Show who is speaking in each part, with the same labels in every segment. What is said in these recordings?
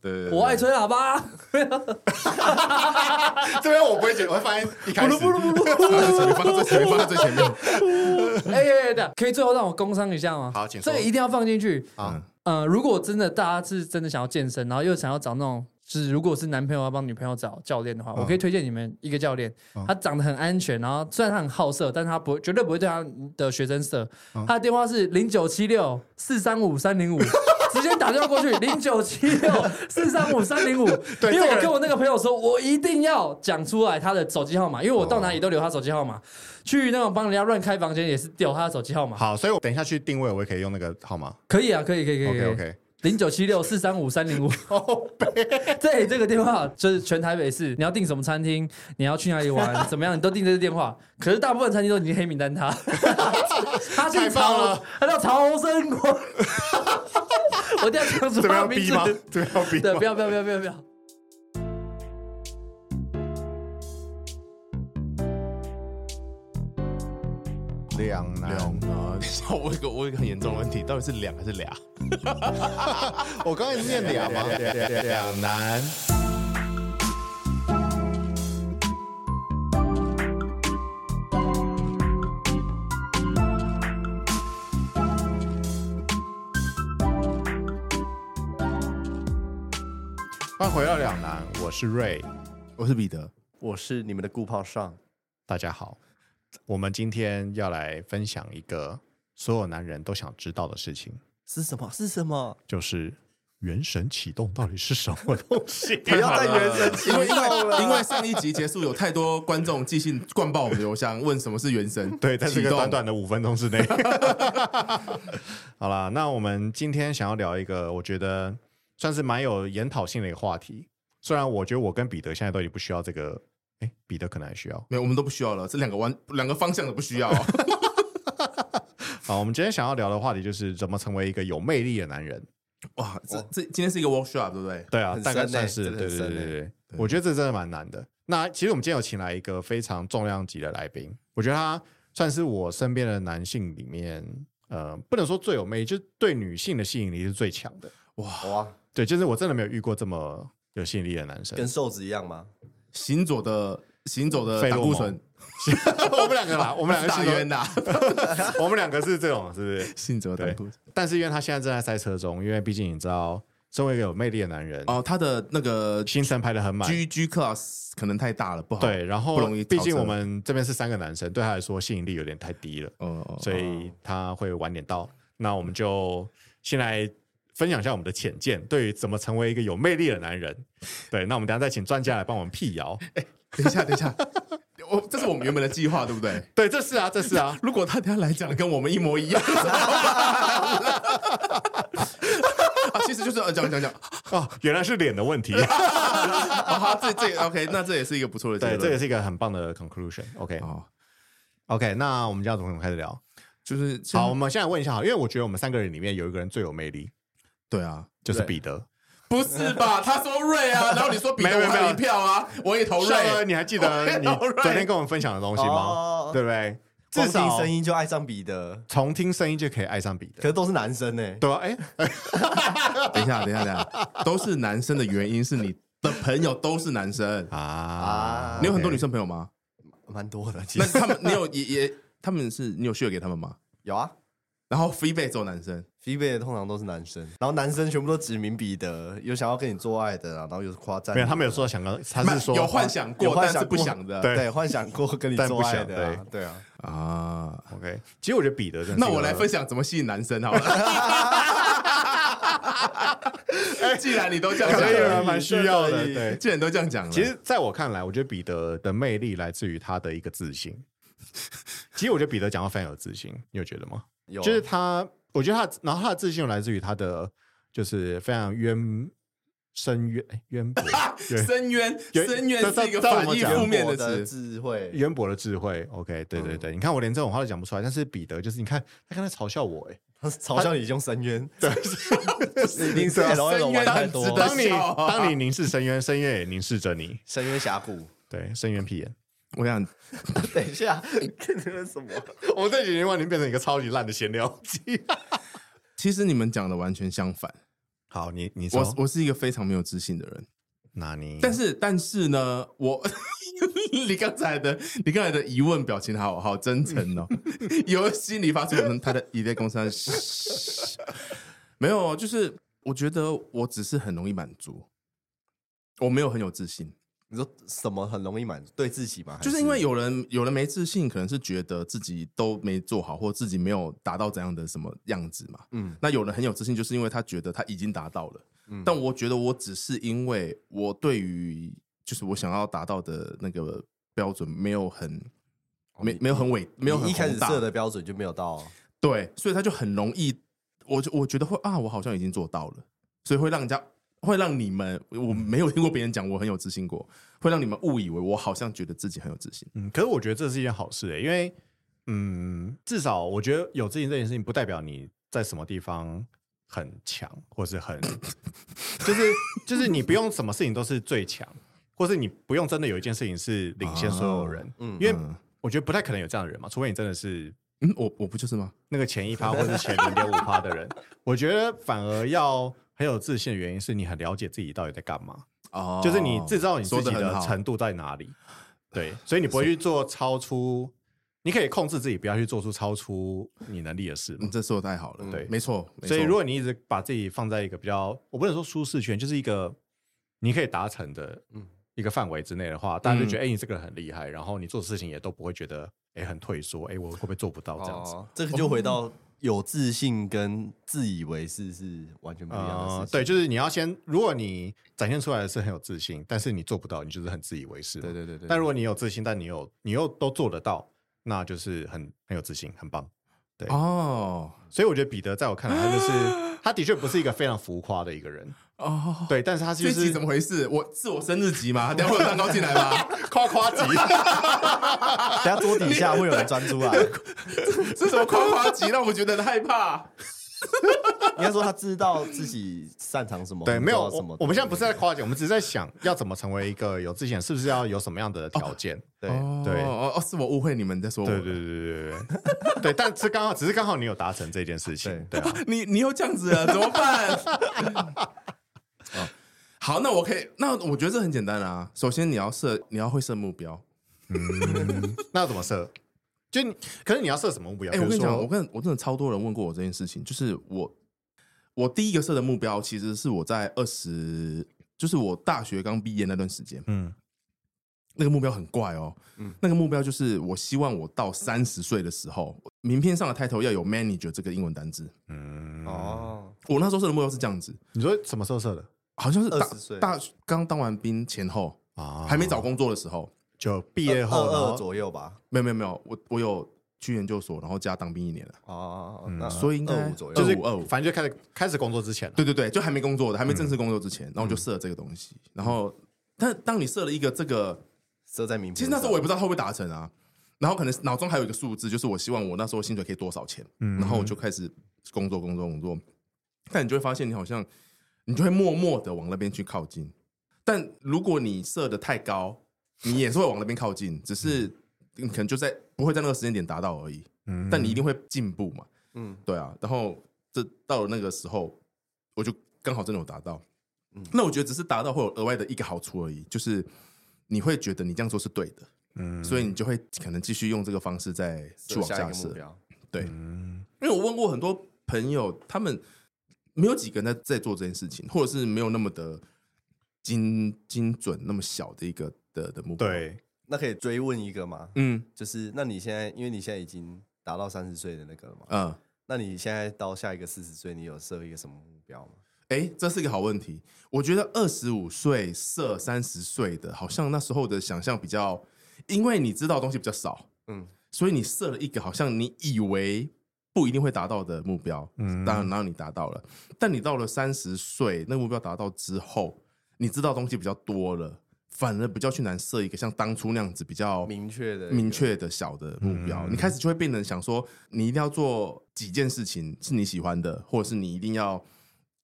Speaker 1: 对对对
Speaker 2: 我爱吹喇叭，
Speaker 1: 这边我不会觉得，我会发现一
Speaker 2: 不
Speaker 1: 开始
Speaker 2: 噜不噜不噜。
Speaker 1: 你放在最前面，放在最前面。
Speaker 2: 哎哎哎，的，可以最后让我工商一下吗？
Speaker 1: 好请
Speaker 2: 这
Speaker 1: 说
Speaker 2: 个一定要放进去。
Speaker 1: 啊，
Speaker 2: 呃，如果真的大家是真的想要健身，然后又想要找那种，就是如果是男朋友要帮女朋友找教练的话，我
Speaker 1: 嗯
Speaker 2: 可以推荐你们一个教练，他长得很安全，然后虽然他很好色，但是他不会绝对不会对他的学生色。
Speaker 1: 嗯
Speaker 2: 他的电话是零九七六四三五三零五。直接打电话过去，零九七六四三五三零五。
Speaker 1: 对
Speaker 2: 因
Speaker 1: 这个
Speaker 2: 为我
Speaker 1: 人
Speaker 2: 跟我那个朋友说，我一定要讲出来他的手机号码，因为我到
Speaker 1: 哦
Speaker 2: 哪里都留他手机号码。去那种帮人家乱开房间也是留他的手机号码。
Speaker 1: 好，所以我等一下去定位，我也可以用那个号码。
Speaker 2: 可以啊，可以，可以，可以
Speaker 1: OK
Speaker 2: 可以。
Speaker 1: OK，
Speaker 2: 零九七六四三五三零五。 对，这个电话就是全台北市，你要订什么餐厅，你要去哪里 玩，怎么样，你都订这个电话。可是大部分餐厅都已经黑名单他，他姓
Speaker 1: 太棒
Speaker 2: 曹
Speaker 1: 了，
Speaker 2: 他叫曹生国。 我一定要讲
Speaker 1: 这
Speaker 2: 出
Speaker 1: 边
Speaker 2: 他
Speaker 1: 要
Speaker 2: 的名
Speaker 1: 逼
Speaker 2: 字
Speaker 1: 吗。？这边要逼
Speaker 2: 对，
Speaker 1: 吗
Speaker 2: 不？要不要不要不要不要。
Speaker 1: 两难。
Speaker 3: 等一下， 我有一个我有一个很严重的问题，到底是两还是俩？
Speaker 1: 我刚才念俩吗？
Speaker 3: 啊两难。
Speaker 1: 欢迎回到两难，我是瑞，
Speaker 3: 我是彼得，
Speaker 4: 我是你们的顾胖上，
Speaker 1: 大家好。我们今天要来分享一个所有男人都想知道的事情，
Speaker 4: 是什么？是什么？
Speaker 1: 就是元神启动到底是什么东西？
Speaker 4: 不要再原神启
Speaker 3: 因为因
Speaker 4: 动了，
Speaker 3: 为因为上一集结束，有太多观众寄信灌爆我们的邮箱，问什么是原神，
Speaker 1: 对，在这
Speaker 3: 启
Speaker 1: 个
Speaker 3: 动
Speaker 1: 短短的五分钟之内。 好啦，那我们今天想要聊一个，我觉得算是蛮有研讨性的一个话题。虽然我觉得我跟彼得现在都已经不需要这个，哎，彼得可能还需要。
Speaker 3: 没有，我们都不需要了，这两个弯两个方向都不 需要。
Speaker 1: 好，我们今天想要聊的话题就是怎么成为一个有魅力的男人。
Speaker 3: 哇，这这今天是一个 workshop，对不对？
Speaker 1: 对啊，
Speaker 4: 很
Speaker 1: 大概
Speaker 4: 深
Speaker 1: 算
Speaker 4: 欸
Speaker 1: 是
Speaker 4: 真的
Speaker 1: 对对
Speaker 4: 很
Speaker 1: 对
Speaker 4: 深
Speaker 1: 对
Speaker 4: 欸
Speaker 1: 对，我觉得这真的蛮难的。那其实我们今天有请来一个非常重量级的来宾，我觉得他算是我身边的男性里面，呃，不能说最有魅力，就是对女性的吸引力是最强的。
Speaker 4: 哇，
Speaker 1: 对，就是我真的没有遇过这么有吸引力的男生
Speaker 4: 跟。瘦子一样吗？
Speaker 3: 行走的行走的
Speaker 1: 费
Speaker 3: 胆
Speaker 1: 洛
Speaker 3: 固
Speaker 1: 蒙
Speaker 3: 醇，
Speaker 1: 我们两个啦，我们两个
Speaker 3: 大
Speaker 1: 是
Speaker 3: 冤呐，
Speaker 1: 我们两个是这种，是不是？
Speaker 3: 行走的胆固醇。
Speaker 1: 但是因为他现在正在赛车中，因为毕竟你知道，身为一个有魅力的男人，
Speaker 3: 哦，他的那个
Speaker 1: 行程排的很满。
Speaker 3: G G class 可能太大了，不好。
Speaker 1: 对，然
Speaker 3: 不
Speaker 1: 后
Speaker 3: 容易
Speaker 1: 毕
Speaker 3: 超
Speaker 1: 竟
Speaker 3: 车
Speaker 1: 我们这边是三个男生，对他来说吸引力有点太低了。
Speaker 3: 哦，哦，
Speaker 1: 所以他会晚点到。那我们就先来分享一下我们的浅见，对于怎么成为一个有魅力的男人。对，那我们等一下再请专家来帮我们辟谣。
Speaker 3: 等一下，等一下， 我这是我们原本的计划，对不对？
Speaker 1: 对，这是啊，这是 啊，
Speaker 3: 如果他等一下来讲的跟我们一模一样， 啊，其实就是呃讲讲讲，哦
Speaker 1: 哦，原来是脸的问题。
Speaker 3: 好好，这这 OK，那这也是一个不错的结
Speaker 1: 对，
Speaker 3: 论。
Speaker 1: 这也是一个很棒的 conclusion。OK，OK，、
Speaker 3: 哦，
Speaker 1: 那我们要从什么开始聊？
Speaker 3: 就是啊
Speaker 1: 好，我，们现在问一下，好，因为我觉得我们三个人里面有一个人最有魅力，
Speaker 3: 对啊，
Speaker 1: 就是
Speaker 3: 对
Speaker 1: 彼得。
Speaker 3: 不是吧？他说瑞啊，然后你说彼
Speaker 1: 没
Speaker 3: 得
Speaker 1: 有没
Speaker 3: 我
Speaker 1: 有
Speaker 3: 还有一票啊，我也投
Speaker 1: 少儿
Speaker 3: 瑞。
Speaker 1: 你还记得你
Speaker 3: 我没有
Speaker 1: 昨天跟我们分享的东西吗
Speaker 4: 哦？
Speaker 1: 对不对？至
Speaker 4: 光听
Speaker 1: 少
Speaker 4: 声音就爱上彼得，
Speaker 1: 从听声音就可以爱上彼
Speaker 4: 可
Speaker 1: 得。
Speaker 4: 是都是男生欸呢。
Speaker 1: 对啊，哎，
Speaker 3: 等一下，等一下，等一下，都是男生的原因是你的朋友都是 男生，
Speaker 1: 啊
Speaker 4: 啊
Speaker 3: 你有很多
Speaker 1: OK
Speaker 3: 女生朋友吗？
Speaker 4: 蛮多的。其
Speaker 3: 那
Speaker 4: 实
Speaker 3: 他们，你有 也也，他们是你有 share 给他们吗？
Speaker 4: 有啊，
Speaker 3: 然后 free bay 只有男生，
Speaker 4: 菲贝的通常都是男生，然后男生全部都指名彼得，有想要跟你做爱的啊，然后有夸赞
Speaker 1: 没
Speaker 4: 你的，
Speaker 1: 有，他没有说想要，他
Speaker 3: 没
Speaker 1: 是说
Speaker 3: 有幻想过，
Speaker 4: 有幻
Speaker 3: 但
Speaker 4: 想
Speaker 3: 是不
Speaker 4: 过
Speaker 3: 想的。
Speaker 1: 对
Speaker 4: 对幻想过跟你
Speaker 1: 但
Speaker 4: 做
Speaker 1: 不
Speaker 4: 爱
Speaker 1: 想
Speaker 4: 的啊，对啊，
Speaker 3: 啊，
Speaker 1: OK，其实我觉得彼得真的是
Speaker 3: 那
Speaker 1: 一个
Speaker 3: 我来分享怎么吸引男生好了。 既然你都这样
Speaker 1: 可
Speaker 3: 讲
Speaker 1: 以
Speaker 4: 可以
Speaker 1: 啊，
Speaker 3: 了，
Speaker 1: 蛮需要的。
Speaker 4: 可以
Speaker 1: 对，
Speaker 3: 既然都这样讲了，
Speaker 1: 其实在我看来，我觉得彼得的魅力来自于他的一个自信。其实我觉得彼得讲话非常有自信，你有觉得吗？
Speaker 4: 有
Speaker 1: 就是他，我觉得他，然后他的自信来自于他的就是非常渊深渊哎渊博渊
Speaker 3: 深渊，
Speaker 1: 有
Speaker 3: 深渊
Speaker 1: 这
Speaker 3: 是一
Speaker 1: 这
Speaker 3: 个
Speaker 1: 这
Speaker 3: 反
Speaker 1: 我
Speaker 3: 义
Speaker 1: 讲
Speaker 3: 负
Speaker 4: 渊
Speaker 3: 面
Speaker 4: 博
Speaker 3: 的
Speaker 4: 的
Speaker 3: 词。
Speaker 4: 智慧，
Speaker 1: 渊博的智慧。OK，对对对，你看我连这种话都讲不出来，但是彼得就是你看他刚才嘲笑我哎、
Speaker 4: 他嘲笑你用深渊，
Speaker 1: 对，
Speaker 4: 一定是
Speaker 3: 对啊
Speaker 4: L L 玩太多
Speaker 3: 深渊很，值得
Speaker 1: 当你
Speaker 3: 笑啊
Speaker 1: 当你凝视深渊，深渊也凝视着你，
Speaker 4: 深渊峡谷。
Speaker 1: 对，深渊屁眼。
Speaker 3: 我想，
Speaker 4: 等一下，看你们什么？
Speaker 1: 我们这几年完全变成一个超级烂的闲聊机。
Speaker 3: 其实你们讲的完全相反。
Speaker 1: 好，你你说
Speaker 3: 我我是一个非常没有自信的人，
Speaker 1: 哪里？
Speaker 3: 但是但是呢，我 你刚才的你刚才的疑问表情好好真诚哦，由心里发出我们他的一代公 司，没有，哦就是我觉得我只是很容易满足，我没有很有自信，
Speaker 4: 你说什么很容易满足？对自己吗？
Speaker 3: 就是因为有人有人没自信，可能是觉得自己都没做好，或自己没有达到怎样的什么样子嘛。
Speaker 4: 嗯
Speaker 3: 那有人很有自信，就是因为他觉得他已经达到了。
Speaker 4: 嗯
Speaker 3: 但我觉得我只是因为我对于就是我想要达到的那个标准没有很没没有很伟没有很
Speaker 4: 哦你一开始
Speaker 3: 宏大
Speaker 4: 设的标准就没有到，啊
Speaker 3: 对，所以他就很容易，我就我觉得会啊，我好像已经做到了，所以会让人家会让你们，我没有听过别人讲我很有自信过，会让你们误以为我好像觉得自己很有自信。
Speaker 1: 嗯，可是我觉得这是一件好事、欸，因为嗯，至少我觉得有自信这件事情，不代表你在什么地方很强，或是很，就是就是你不用什么事情都是最强，或是你不用真的有一件事情是领先所有人，
Speaker 4: 嗯
Speaker 1: 因为我觉得不太可能有这样的人嘛，除非你真的是
Speaker 3: 嗯，我我不就是吗？
Speaker 1: 那个前一趴或是前零点五趴的人， 我觉得反而要很有自信的原因是你很了解自己到底在干嘛。
Speaker 3: 哦
Speaker 1: 就是你知道你自
Speaker 3: 说
Speaker 1: 己
Speaker 3: 得很
Speaker 1: 的
Speaker 3: 好
Speaker 1: 程度在哪里， 对，所以你不会去做超出，你可以控制自己不要去做出超出你能力的事嘛
Speaker 3: 嗯，。这说的太好了，
Speaker 1: 对
Speaker 3: 没错。没
Speaker 1: 所以
Speaker 3: 错
Speaker 1: 如果你一直把自己放在一个比较，我不能说舒适圈，就是一个你可以达成的
Speaker 4: 嗯
Speaker 1: 一个范围之内的话，大家就
Speaker 3: 嗯
Speaker 1: 觉得哎、你这个人很厉害，然后你做事情也都不会觉得哎、很退缩，哎、我会不会做不到这样子？
Speaker 4: 哦，这个就回到有自信跟自以为是是完全不一样的
Speaker 1: 呃
Speaker 3: 哦
Speaker 4: 事，情。
Speaker 1: 对，就是是你要先，如果你展现出来的是很有自信，但是你做不到，你就是很自以为是嘛。
Speaker 3: 对对对对，
Speaker 1: 但如果你有自信，但你有你又都做得到，那就是很很有自信，很棒。对
Speaker 3: 哦
Speaker 1: 所以我觉得彼得在我看来，他就是他的确不是一个非常浮夸的一个人，
Speaker 3: 哦，
Speaker 1: 对，但是他就
Speaker 3: 这集
Speaker 1: 是
Speaker 3: 怎么回事？我是我生日集吗？等一下会有蛋糕进来 吗？夸夸集
Speaker 4: 等下桌底下会有人钻出 来，
Speaker 3: 是什么夸夸集？让我觉得很害怕。
Speaker 4: 应该说他知道自己擅长什么，
Speaker 1: 对，没有
Speaker 4: 不知道什么
Speaker 1: 我我们现在不是在夸奖，我们只是在想要怎么成为一个有自信，是不是要有什么样的条件？
Speaker 4: 对
Speaker 3: 哦
Speaker 1: 对
Speaker 3: 哦哦，是我误会你们在说我。
Speaker 1: 对对对对对对对对，但是刚好只是刚好你有达成这件事情，对啊，
Speaker 3: 你你又这样子了，怎么办？ 哦好，那我可以，那我觉得这很简单啊。首先你要设，你要会设目标。
Speaker 1: 那要怎么设？就你可是你要设什么目标？
Speaker 3: 嗯哎、
Speaker 1: 比
Speaker 3: 我
Speaker 1: 如
Speaker 3: 跟你讲，
Speaker 1: 说
Speaker 3: 我跟我真的超多人问过我这件事情，就是我我第一个设的目标其实是我在二十，就是我大学刚毕业那段时间，
Speaker 1: 嗯
Speaker 3: 那个目标很怪哦，
Speaker 4: 嗯
Speaker 3: 那个目标就是我希望我到三十岁的时候，名片上的 title 要有 manager 这个英文单字。
Speaker 1: 嗯哦，
Speaker 4: 哦，
Speaker 3: 我那时候设的目标是这样子，
Speaker 1: 你说什么时候设的
Speaker 3: 好像是大
Speaker 4: 20岁
Speaker 3: 大刚当完兵前后，
Speaker 1: 啊
Speaker 3: 哦还没找工作的时候，
Speaker 1: 就毕业后然
Speaker 4: 二
Speaker 1: 后
Speaker 4: 二左右吧，
Speaker 3: 没有没有没有，我我有去研究所，然后加当兵一年了，
Speaker 4: 哦，
Speaker 1: 嗯
Speaker 4: 那
Speaker 3: 所以应该
Speaker 4: 25左右，
Speaker 1: 就是
Speaker 3: 25 25
Speaker 1: 反正就开始开始工作之前了，
Speaker 3: 对对对，就还没工作的，还没正式工作之前，然后我就设了这个东西，然后但当你设了一个这个，
Speaker 4: 设在名片上。
Speaker 3: 其实那时候我也不知道它会不会达成啊，然后可能脑中还有一个数字，就是我希望我那时候薪水可以多少钱，
Speaker 1: 嗯
Speaker 3: 然后我就开始工作工作工作，但你就会发现你好像你就会默默的往那边去靠近，但如果你设的太高，你也是会往那边靠近，只是你可能就在不会在那个时间点达到而已，
Speaker 1: 嗯
Speaker 3: 但你一定会进步嘛，
Speaker 4: 嗯，
Speaker 3: 对啊，然后这到了那个时候，我就刚好真的有达到。
Speaker 4: 嗯
Speaker 3: 那我觉得只是达到会有额外的一个好处而已，就是你会觉得你这样做是对的，
Speaker 1: 嗯
Speaker 3: 所以你就会可能继续用这个方式再去
Speaker 4: 设
Speaker 3: 往
Speaker 4: 下
Speaker 3: 下
Speaker 4: 一个
Speaker 3: 设
Speaker 4: 目。标，
Speaker 1: 嗯
Speaker 3: 因为我问过很多朋友，他们没有几个人在在做这件事情，或者是没有那么的精精准那么小的一个的的目标。，
Speaker 1: 对，
Speaker 4: 那可以追问一个吗？
Speaker 3: 嗯
Speaker 4: 就是那你现在，因为你现在已经达到三十岁的那个了嘛，
Speaker 3: 嗯，
Speaker 4: 那你现在到下一个四十岁，你有设一个什么目标吗？
Speaker 3: 哎，这是一个好问题。我觉得二十五岁设三十岁的，好像那时候的想象比较，因为你知道的东西比较少，
Speaker 4: 嗯，
Speaker 3: 所以你设了一个好像你以为不一定会达到的目标。
Speaker 1: 嗯
Speaker 3: 嗯，当然，然后你达到了，但你到了三十岁，那个目标达到之后，你知道的东西比较多了，反而比较去难设一个像当初那样子比较
Speaker 4: 明确的一个
Speaker 3: 明确的小的目标，
Speaker 1: 嗯
Speaker 3: 你开始就会变成想说，你一定要做几件事情是你喜欢的，或者是你一定要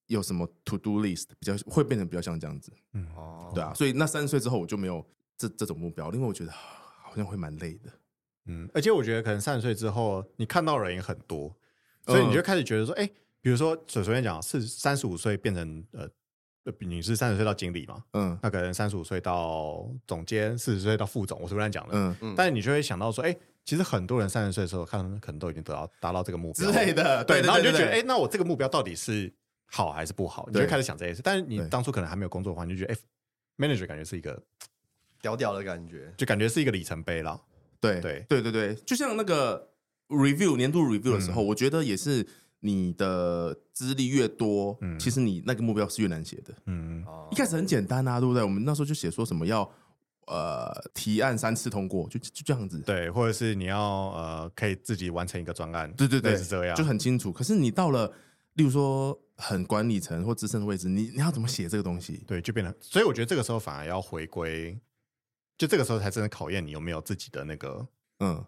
Speaker 3: 有什么 to do list，比较会变成比较像这样子，
Speaker 4: 哦，
Speaker 3: 对啊。所以那三十岁之后我就没有这这种目标，因为我觉得啊好像会蛮累的。嗯
Speaker 1: 嗯，而且我觉得可能三十岁之后，你看到人也很多，所以你就开始觉得说，哎、比如说随随便讲，是三十五岁变成呃，呃你是三十岁到经理嘛，
Speaker 3: 嗯
Speaker 1: 那可能三十五岁到总监，四十岁到副总，我随便讲的。
Speaker 3: 嗯
Speaker 4: 嗯
Speaker 1: 但是你就会想到说，哎、其实很多人三十岁的时候，看他们可能都已经得到达到这个目标
Speaker 3: 之类
Speaker 1: 的，
Speaker 3: 的，
Speaker 1: 对，
Speaker 3: 对，
Speaker 1: 然后你就
Speaker 3: 对
Speaker 1: 觉得，哎、
Speaker 3: 对
Speaker 1: 那我这个目标到底是好还是不好？你就
Speaker 3: 对
Speaker 1: 会开始想这些事。但是你
Speaker 3: 对
Speaker 1: 当初可能还没有工作的话，你就觉得，哎、m a n a g e r 感觉是一个，
Speaker 4: 屌屌的感觉。
Speaker 1: 就感觉是一个里程碑啦。
Speaker 3: 对
Speaker 1: 对
Speaker 3: 对对对，就像那个 review 年度 review 的时候，我觉得也是你的资历越多，
Speaker 1: 嗯
Speaker 3: 其实你那个目标是越难写的。
Speaker 1: 嗯，
Speaker 4: 哦
Speaker 3: 一开始很简单啊，对不对？我们那时候就写说什么要呃提案三次通过，就就就这样子。
Speaker 1: 对，或者是你要呃，可以自己完成一个专案，
Speaker 3: 对对对，
Speaker 1: 类似这样，
Speaker 3: 就很清楚。可是你到了，例如说很管理层或资深的位置，你你要怎么写这个东西？
Speaker 1: 对，就变得。所以我觉得这个时候反而要回归，就这个时候才真的考验你有没有自己的那个，
Speaker 3: 嗯，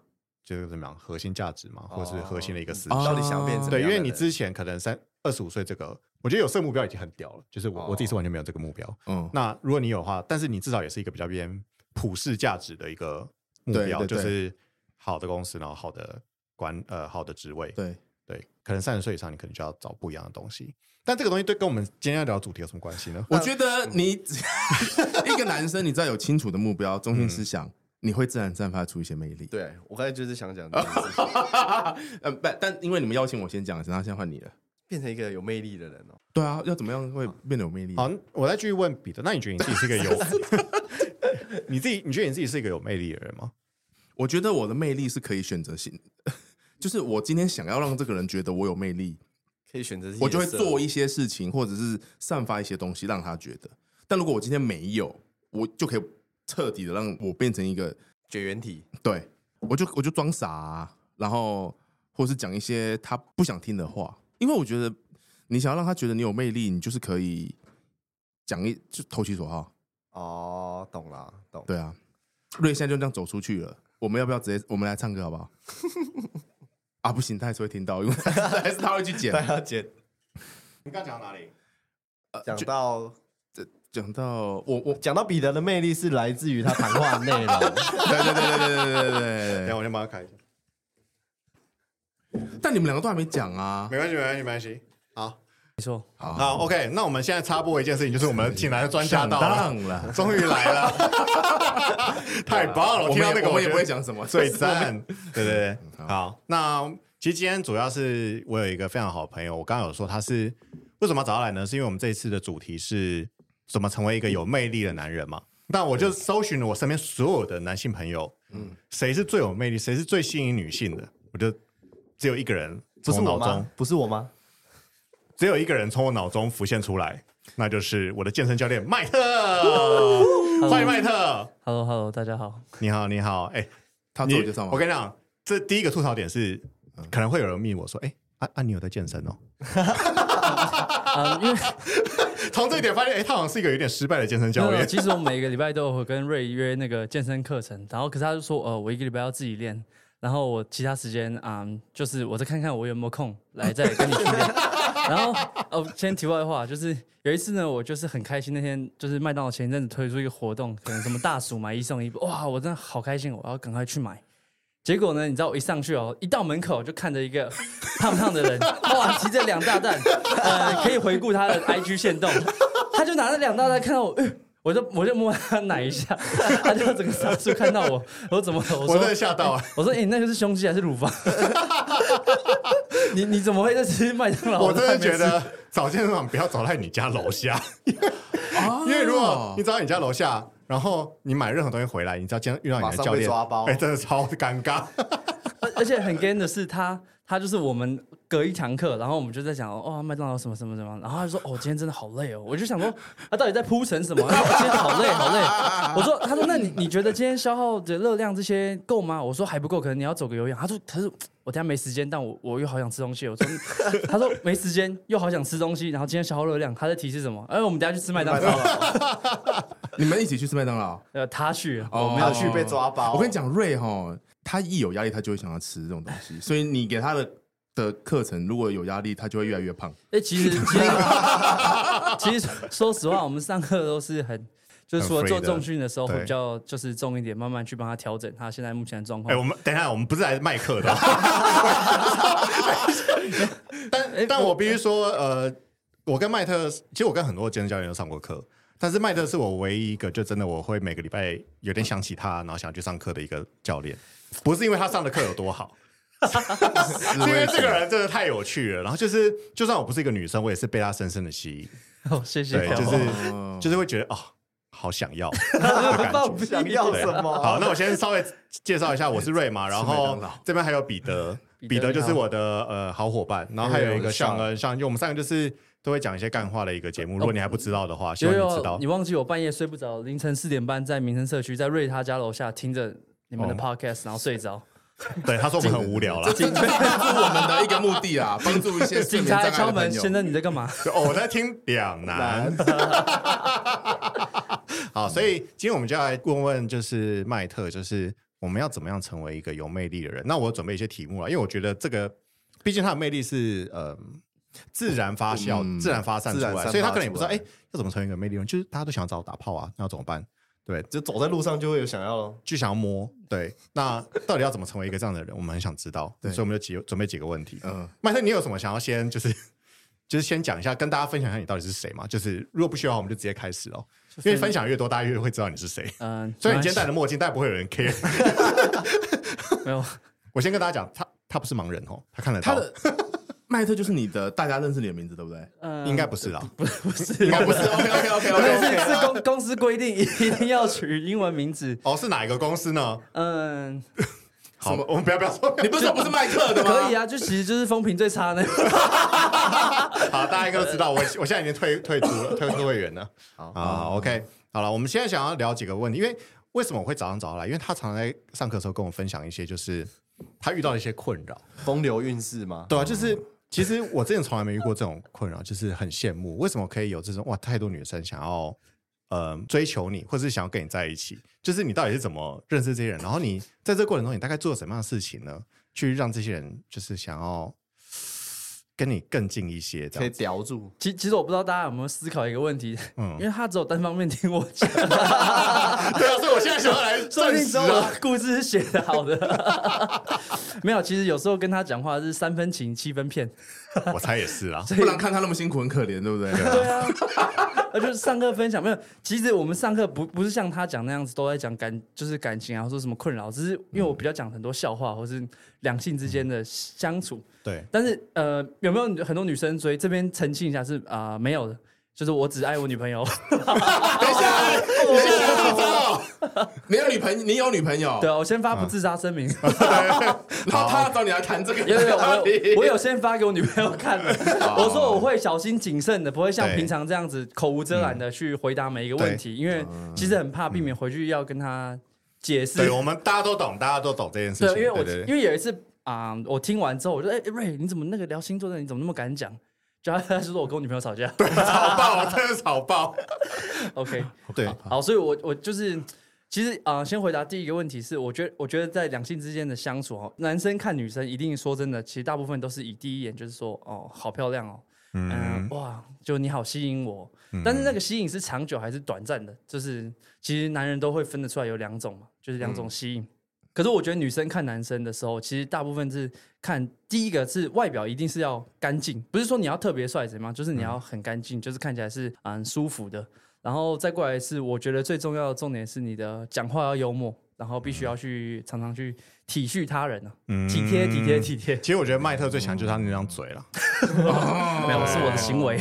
Speaker 1: 就是怎么样核心价值嘛，
Speaker 4: 哦
Speaker 1: 或是核心的一个思想。
Speaker 3: 哦
Speaker 4: 到底想变成
Speaker 1: 对，因为你
Speaker 4: 自
Speaker 1: 之前可能三二十五岁这个，我觉得有设目标已经很屌了，就是我、
Speaker 4: 哦
Speaker 1: 我自己是完全没有这个目标。
Speaker 3: 嗯，
Speaker 1: 那如果你有的话，但是你至少也是一个比较偏普世价值的一个目
Speaker 3: 对
Speaker 1: 标，
Speaker 3: 对
Speaker 1: 就
Speaker 3: 对
Speaker 1: 是好的公司，然后好的管呃好的职位。
Speaker 3: 对，
Speaker 1: 对，可能三十岁以上，你可能就要找不一样的东西。但这个东西对跟我们今天要聊的主题有什么关系呢？
Speaker 3: 我觉得你 一个男生，你只要有清楚的目标、中心思想，你会自然散发出一些魅力。
Speaker 4: 对我刚才就是想讲这件事情，
Speaker 3: 呃，不，但因为你们邀请我先讲，然后现在换你了。
Speaker 4: 变成一个有魅力的人哦。
Speaker 3: 对啊，要怎么样会变得有魅力？
Speaker 1: 好，我再继续问彼得，那你觉得你自己是一个有 你自己你觉得你自己是一个有魅力的人吗？
Speaker 3: 我觉得我的魅力是可以选择性， 就是我今天想要让这个人觉得我有魅力，
Speaker 4: 可以选择自己的
Speaker 3: 我就会
Speaker 4: 色
Speaker 3: 做一些事情，或者是散发一些东西让他觉得。但如果我今天没有，我就可以彻底的让我变成一个，
Speaker 4: 绝缘体，
Speaker 3: 对我就我就装傻啊、然后或是讲一些他不想听的话，因为我觉得你想要让他觉得你有魅力，你就是可以讲一就投其所好。
Speaker 4: 哦，懂了，懂。
Speaker 3: 对啊，瑞现在就这样走出去了。我们要不要直接我们来唱歌好不好？ 啊，不行，他还是会听到，因为 还是他会去剪。
Speaker 4: 大家姐
Speaker 1: 你刚讲到哪里？
Speaker 3: 呃
Speaker 4: 讲到
Speaker 3: 讲到我我
Speaker 4: 讲到彼得的魅力是来自于他谈话内 容，
Speaker 3: 对对对对对对对
Speaker 1: 等一
Speaker 3: 对
Speaker 1: 下我先帮他开一下，
Speaker 3: 对。但你们两个都还没讲啊。
Speaker 1: 没关系，没关系，没关系。好，
Speaker 2: 没错，
Speaker 3: 好，
Speaker 1: 好，OK，那我们现在插播一件事情，就是我们请来的专家到
Speaker 3: 当
Speaker 1: 了，
Speaker 3: 了，
Speaker 1: 终于来 了，太棒了！
Speaker 3: 我
Speaker 1: 听到那
Speaker 3: 们也
Speaker 1: 个
Speaker 3: 我们也
Speaker 1: 觉
Speaker 3: 不
Speaker 1: 得
Speaker 3: 会讲什么，
Speaker 1: 最赞，对对对。
Speaker 3: 好
Speaker 1: 好，那其实今天主要是我有一个非常好的朋友，我刚刚有说他是为什么要找他来呢？是因为我们这一次的主题是怎么成为一个有魅力的男人嘛？那我就搜寻了我身边所有的男性朋友，嗯，谁是最有魅力，谁是最吸引女性的？我就只有一个人
Speaker 4: 不是
Speaker 1: 从
Speaker 4: 我
Speaker 1: 脑中
Speaker 4: 吗，？不是我吗？
Speaker 1: 只有一个人从我脑中浮现出来，那就是我的健身教练麦特。欢迎麦特，
Speaker 2: Hello，Hello，大家 好。
Speaker 1: 你好，你好，哎、
Speaker 3: 他自
Speaker 1: 你
Speaker 3: 我介绍吗？
Speaker 1: 我跟你讲，这第一个吐槽点是，呃可能会有人密我说，哎、啊啊，你有在健身哦？
Speaker 2: 啊，因为
Speaker 1: 从这一点发现，哎、他好像是一个有点失败的健身教
Speaker 2: 没有
Speaker 1: 练。
Speaker 2: 其实我每个礼拜都有跟瑞约那个健身课程，然后可是他就说，呃，我一个礼拜要自己练，然后我其他时间啊、嗯就是我再看看我有没有空来再跟你训练。 然后哦，先题外话，就是有一次呢，我就是很开心，那天就是麦当劳前一阵子推出一个活动，可能什么大薯买一送一，哇，我真的好开心，我要赶快去买。结果呢，你知道我一上去哦，一到门口就看着一个胖胖的人，哇，骑着两大袋，呃，可以回顾他的 IG 线动，他就拿着两大袋看到我，呃我就我就摸他奶一下，他就整个傻住看到我，我怎么了？ 我
Speaker 1: 我
Speaker 2: 说
Speaker 1: 真的吓到啊！
Speaker 2: 我说：“哎、你那个是胸肌还是乳房？ 你你怎么会在吃麦当劳？
Speaker 1: 我真的
Speaker 2: 还没吃
Speaker 1: 觉得找健身房不要找在你家楼下，
Speaker 3: 哦
Speaker 1: 因为如果你找到你家楼下，然后你买任何东西回来，你知道今天遇到你
Speaker 4: 马
Speaker 1: 的
Speaker 4: 上
Speaker 1: 教
Speaker 4: 被
Speaker 1: 练
Speaker 4: 抓包
Speaker 1: 哎、真的超尴尬。
Speaker 2: 而而且很 gay 的是他，他就是我们隔一堂课，然后我们就在讲哦，麦当劳什么什么什么，然后他就说哦，今天真的好累哦，我就想说他到底在铺陈什么？他说今天好累好累。我说，他说那你你觉得今天消耗的热量这些够吗？我说还不够，可能你要走个有氧。他说可是我等下没时间，但我我又好想吃东西。我说 他说没时间又好想吃东西，然后今天消耗热量，他在提示什么？哎，我们等下去吃麦当劳。
Speaker 3: 你们一起去吃麦当劳，
Speaker 2: 呃，他去了，我
Speaker 3: 哦
Speaker 2: 没
Speaker 4: 他
Speaker 2: 有
Speaker 3: 哦
Speaker 2: 去。
Speaker 4: 去被抓包。
Speaker 3: 我跟你，讲，瑞哈，他一有压力，他就会想要吃这种东西，所以你给他的的课程如果有压力，他就会越来越胖。
Speaker 2: 哎、其实其实其实说实话，我们上课都是很就是除了
Speaker 1: 很
Speaker 2: 做
Speaker 1: free 的
Speaker 2: 重训的时候会
Speaker 1: 对
Speaker 2: 比较就是重一点，慢慢去帮他调整他现在目前的状
Speaker 1: 哎、我
Speaker 2: 况。
Speaker 1: 们等一下，我们不是来卖课 的。但哎但我必须说，呃，我跟麦特，其实我跟很多健身教练都上过课，但是麦特是我唯一一个就真的我会每个礼拜有点想起他，然后想去上课的一个教练，不是因为他上的课有多 好。是因为这个人真的太有趣了，然后就是，就算我不是一个女生，我也是被他深深的吸引，
Speaker 2: 哦，谢谢
Speaker 1: 对，，就是、
Speaker 3: 哦
Speaker 1: 就是会觉得哦，好想要的 感觉。
Speaker 4: 想 要
Speaker 1: 对啊
Speaker 4: 什么？
Speaker 1: 好，那我先稍微介绍一下，我是瑞玛，然
Speaker 3: 麦
Speaker 1: 后
Speaker 3: 当劳
Speaker 1: 这边还有彼得，
Speaker 2: 彼得
Speaker 1: 彼得就是我的呃好伙伴，然后还有一个尚恩，尚恩就我们三个就是都会讲一些干话的一个节目，如果你还不知道的话，希
Speaker 2: 有
Speaker 1: 望你知
Speaker 2: 有
Speaker 1: 道，
Speaker 2: 你。忘记我半夜睡不着，凌晨四点半在民生社区，在瑞他家楼下听着你们的
Speaker 1: 哦
Speaker 2: podcast，然后睡着。
Speaker 1: 对，他说我们很无聊 啦。
Speaker 2: 警
Speaker 3: 这是我们的一个目的啊，帮助一些睡
Speaker 2: 警
Speaker 3: 眠
Speaker 2: 察
Speaker 3: 障碍
Speaker 2: 来
Speaker 3: 的
Speaker 2: 敲门，
Speaker 3: 朋友
Speaker 2: 先生你在干嘛？
Speaker 1: 哦，我在听两难。
Speaker 4: 嗯
Speaker 1: 好，所以今天我们就要来问问，就是麦特，就是我们要怎么样成为一个有魅力的人？那我准备一些题目了，啊因为我觉得这个，毕竟他的魅力是呃自然发酵、
Speaker 3: 嗯
Speaker 1: 自然发散出
Speaker 4: 自然散
Speaker 1: 来，
Speaker 4: 发
Speaker 1: 所以他可能也不知道，
Speaker 4: 出
Speaker 1: 哎、
Speaker 4: 来
Speaker 1: 要怎么成为一个魅力人？就是大家都想要找我打炮啊，那要怎么办？对，
Speaker 4: 就走在路上就会有想要咯
Speaker 1: 就想要摸。对， 那到底要怎么成为一个这样的人？我们很想知道，
Speaker 3: 对
Speaker 1: 所以我们就几准备几个问题。
Speaker 3: 嗯，
Speaker 1: 麦特，你有什么想要先就是就是先讲一下，跟大家分享一下你到底是谁吗？就是如果不需要，我们就直接开始哦， 因为分享越多，大家越会知道你是谁。
Speaker 2: 嗯，
Speaker 1: 所以你今天戴的墨镜，但不会有人 care。
Speaker 2: 没有
Speaker 1: 我先跟大家讲，他他不是盲人哦，他看得
Speaker 3: 他
Speaker 1: 到，
Speaker 3: 的麦特就是你的，大家认识你的名字 对不对？
Speaker 2: 嗯
Speaker 1: 应该不是啦，
Speaker 2: 不不是
Speaker 1: 应该不啊是。
Speaker 3: OK OK OK
Speaker 2: 不 是是是公公司规定一定要取英文名字。
Speaker 1: 哦，是哪一个公司呢？
Speaker 2: 嗯，
Speaker 1: 好，我们不要不要说，
Speaker 3: 你不是说不是麦克的吗？
Speaker 2: 可以啊，就其实就是风评最差的。
Speaker 1: 好，大家应该都知道，我我现在已经退退出了，退退会员了。
Speaker 4: 好
Speaker 1: 啊，OK，好了，我们现在想要聊几个问题，因为为什么我会早上找他来？因为他常在上课的时候跟我分享一些，就是他遇到的一些困扰。
Speaker 4: 风流韵事嘛，
Speaker 2: 哦
Speaker 1: 对啊，就是其实我之前从来没遇过这种困扰，就是很羡慕为什么可以有这种哇，太多女生想要呃追求你，或是想要跟你在一起，就是你到底是怎么认识这些人，然后你在这个过程中你大概做了什么样的事情呢，去让这些人就是想要跟你更近一些，这
Speaker 4: 可以
Speaker 1: 样子，
Speaker 4: 叼住。
Speaker 2: 其其实我不知道大家有没有思考一个问题，因
Speaker 1: 嗯，
Speaker 2: 为他只有单方面听我 讲，
Speaker 1: 对啊，所以我现在想要来
Speaker 2: 说不
Speaker 1: 证
Speaker 2: 定只
Speaker 1: 实
Speaker 2: 有
Speaker 1: 啊
Speaker 2: 我，故事是写的好的。 没有，其实有时候跟他讲话是三分情七分骗，
Speaker 1: 我猜也是啊，
Speaker 3: 不然看他那么辛苦，很可怜，对不对？
Speaker 2: 对啊，而就是上课分享没有，其实我们上课不不是像他讲那样子都在讲感，就是感情啊，说什么困扰，只是因为我比较讲很多笑话，或是两性之间的相处。
Speaker 1: 对。
Speaker 2: 但是呃，有没有很多女生追？这边澄清一下是啊、没有的，就是我只爱我女朋友。
Speaker 3: 等一下，你现在才知
Speaker 2: 哦
Speaker 3: 道，你有女朋友，你有女朋友，
Speaker 2: 对啊，我先发不自杀声明。
Speaker 3: 然后他要找你来谈这个
Speaker 2: 有有有，
Speaker 3: 话
Speaker 2: 我
Speaker 3: 题
Speaker 2: 有我有先发给我女朋友看的。我说我会小心谨慎的，不会像
Speaker 1: 对
Speaker 2: 平常这样子口无遮拦的去回答每一个问题，因为其实很怕避免回去要跟她解释
Speaker 1: 对，我们大家都懂，大家都懂这件事情。
Speaker 2: 对，因为我
Speaker 1: 对对
Speaker 2: 因为有一次啊、我听完之后，我就哎、欸瑞，你怎么那个聊星座的，你怎么那么敢讲？就他他就说我跟我女朋友吵架。
Speaker 1: 草爆，真的草爆。
Speaker 2: OK，
Speaker 1: 对，
Speaker 2: 好，所以我我就是其实啊、先回答第一个问题是，我觉得我觉得在两性之间的相处哦，男生看女生一定说真的，其实大部分都是以第一眼就是说哦，好漂亮哦，嗯、
Speaker 1: 嗯，
Speaker 2: 哇，就你好吸引我。但是那个吸引是长久还是短暂的？就是其实男人都会分得出来有两种嘛，就是两种吸引。可是我觉得女生看男生的时候，其实大部分是看第一个是外表一定是要干净，不是说你要特别帅怎么样，就是你要很干净，就是看起来是嗯舒服的。然后再过来是我觉得最重要的重点是你的讲话要幽默，然后必须要去常常去体恤他人啊，
Speaker 1: 嗯
Speaker 2: 体贴体贴体贴，
Speaker 1: 其实我觉得麦特最强就是他那张嘴了，
Speaker 3: 哦
Speaker 2: 没有是我的行为。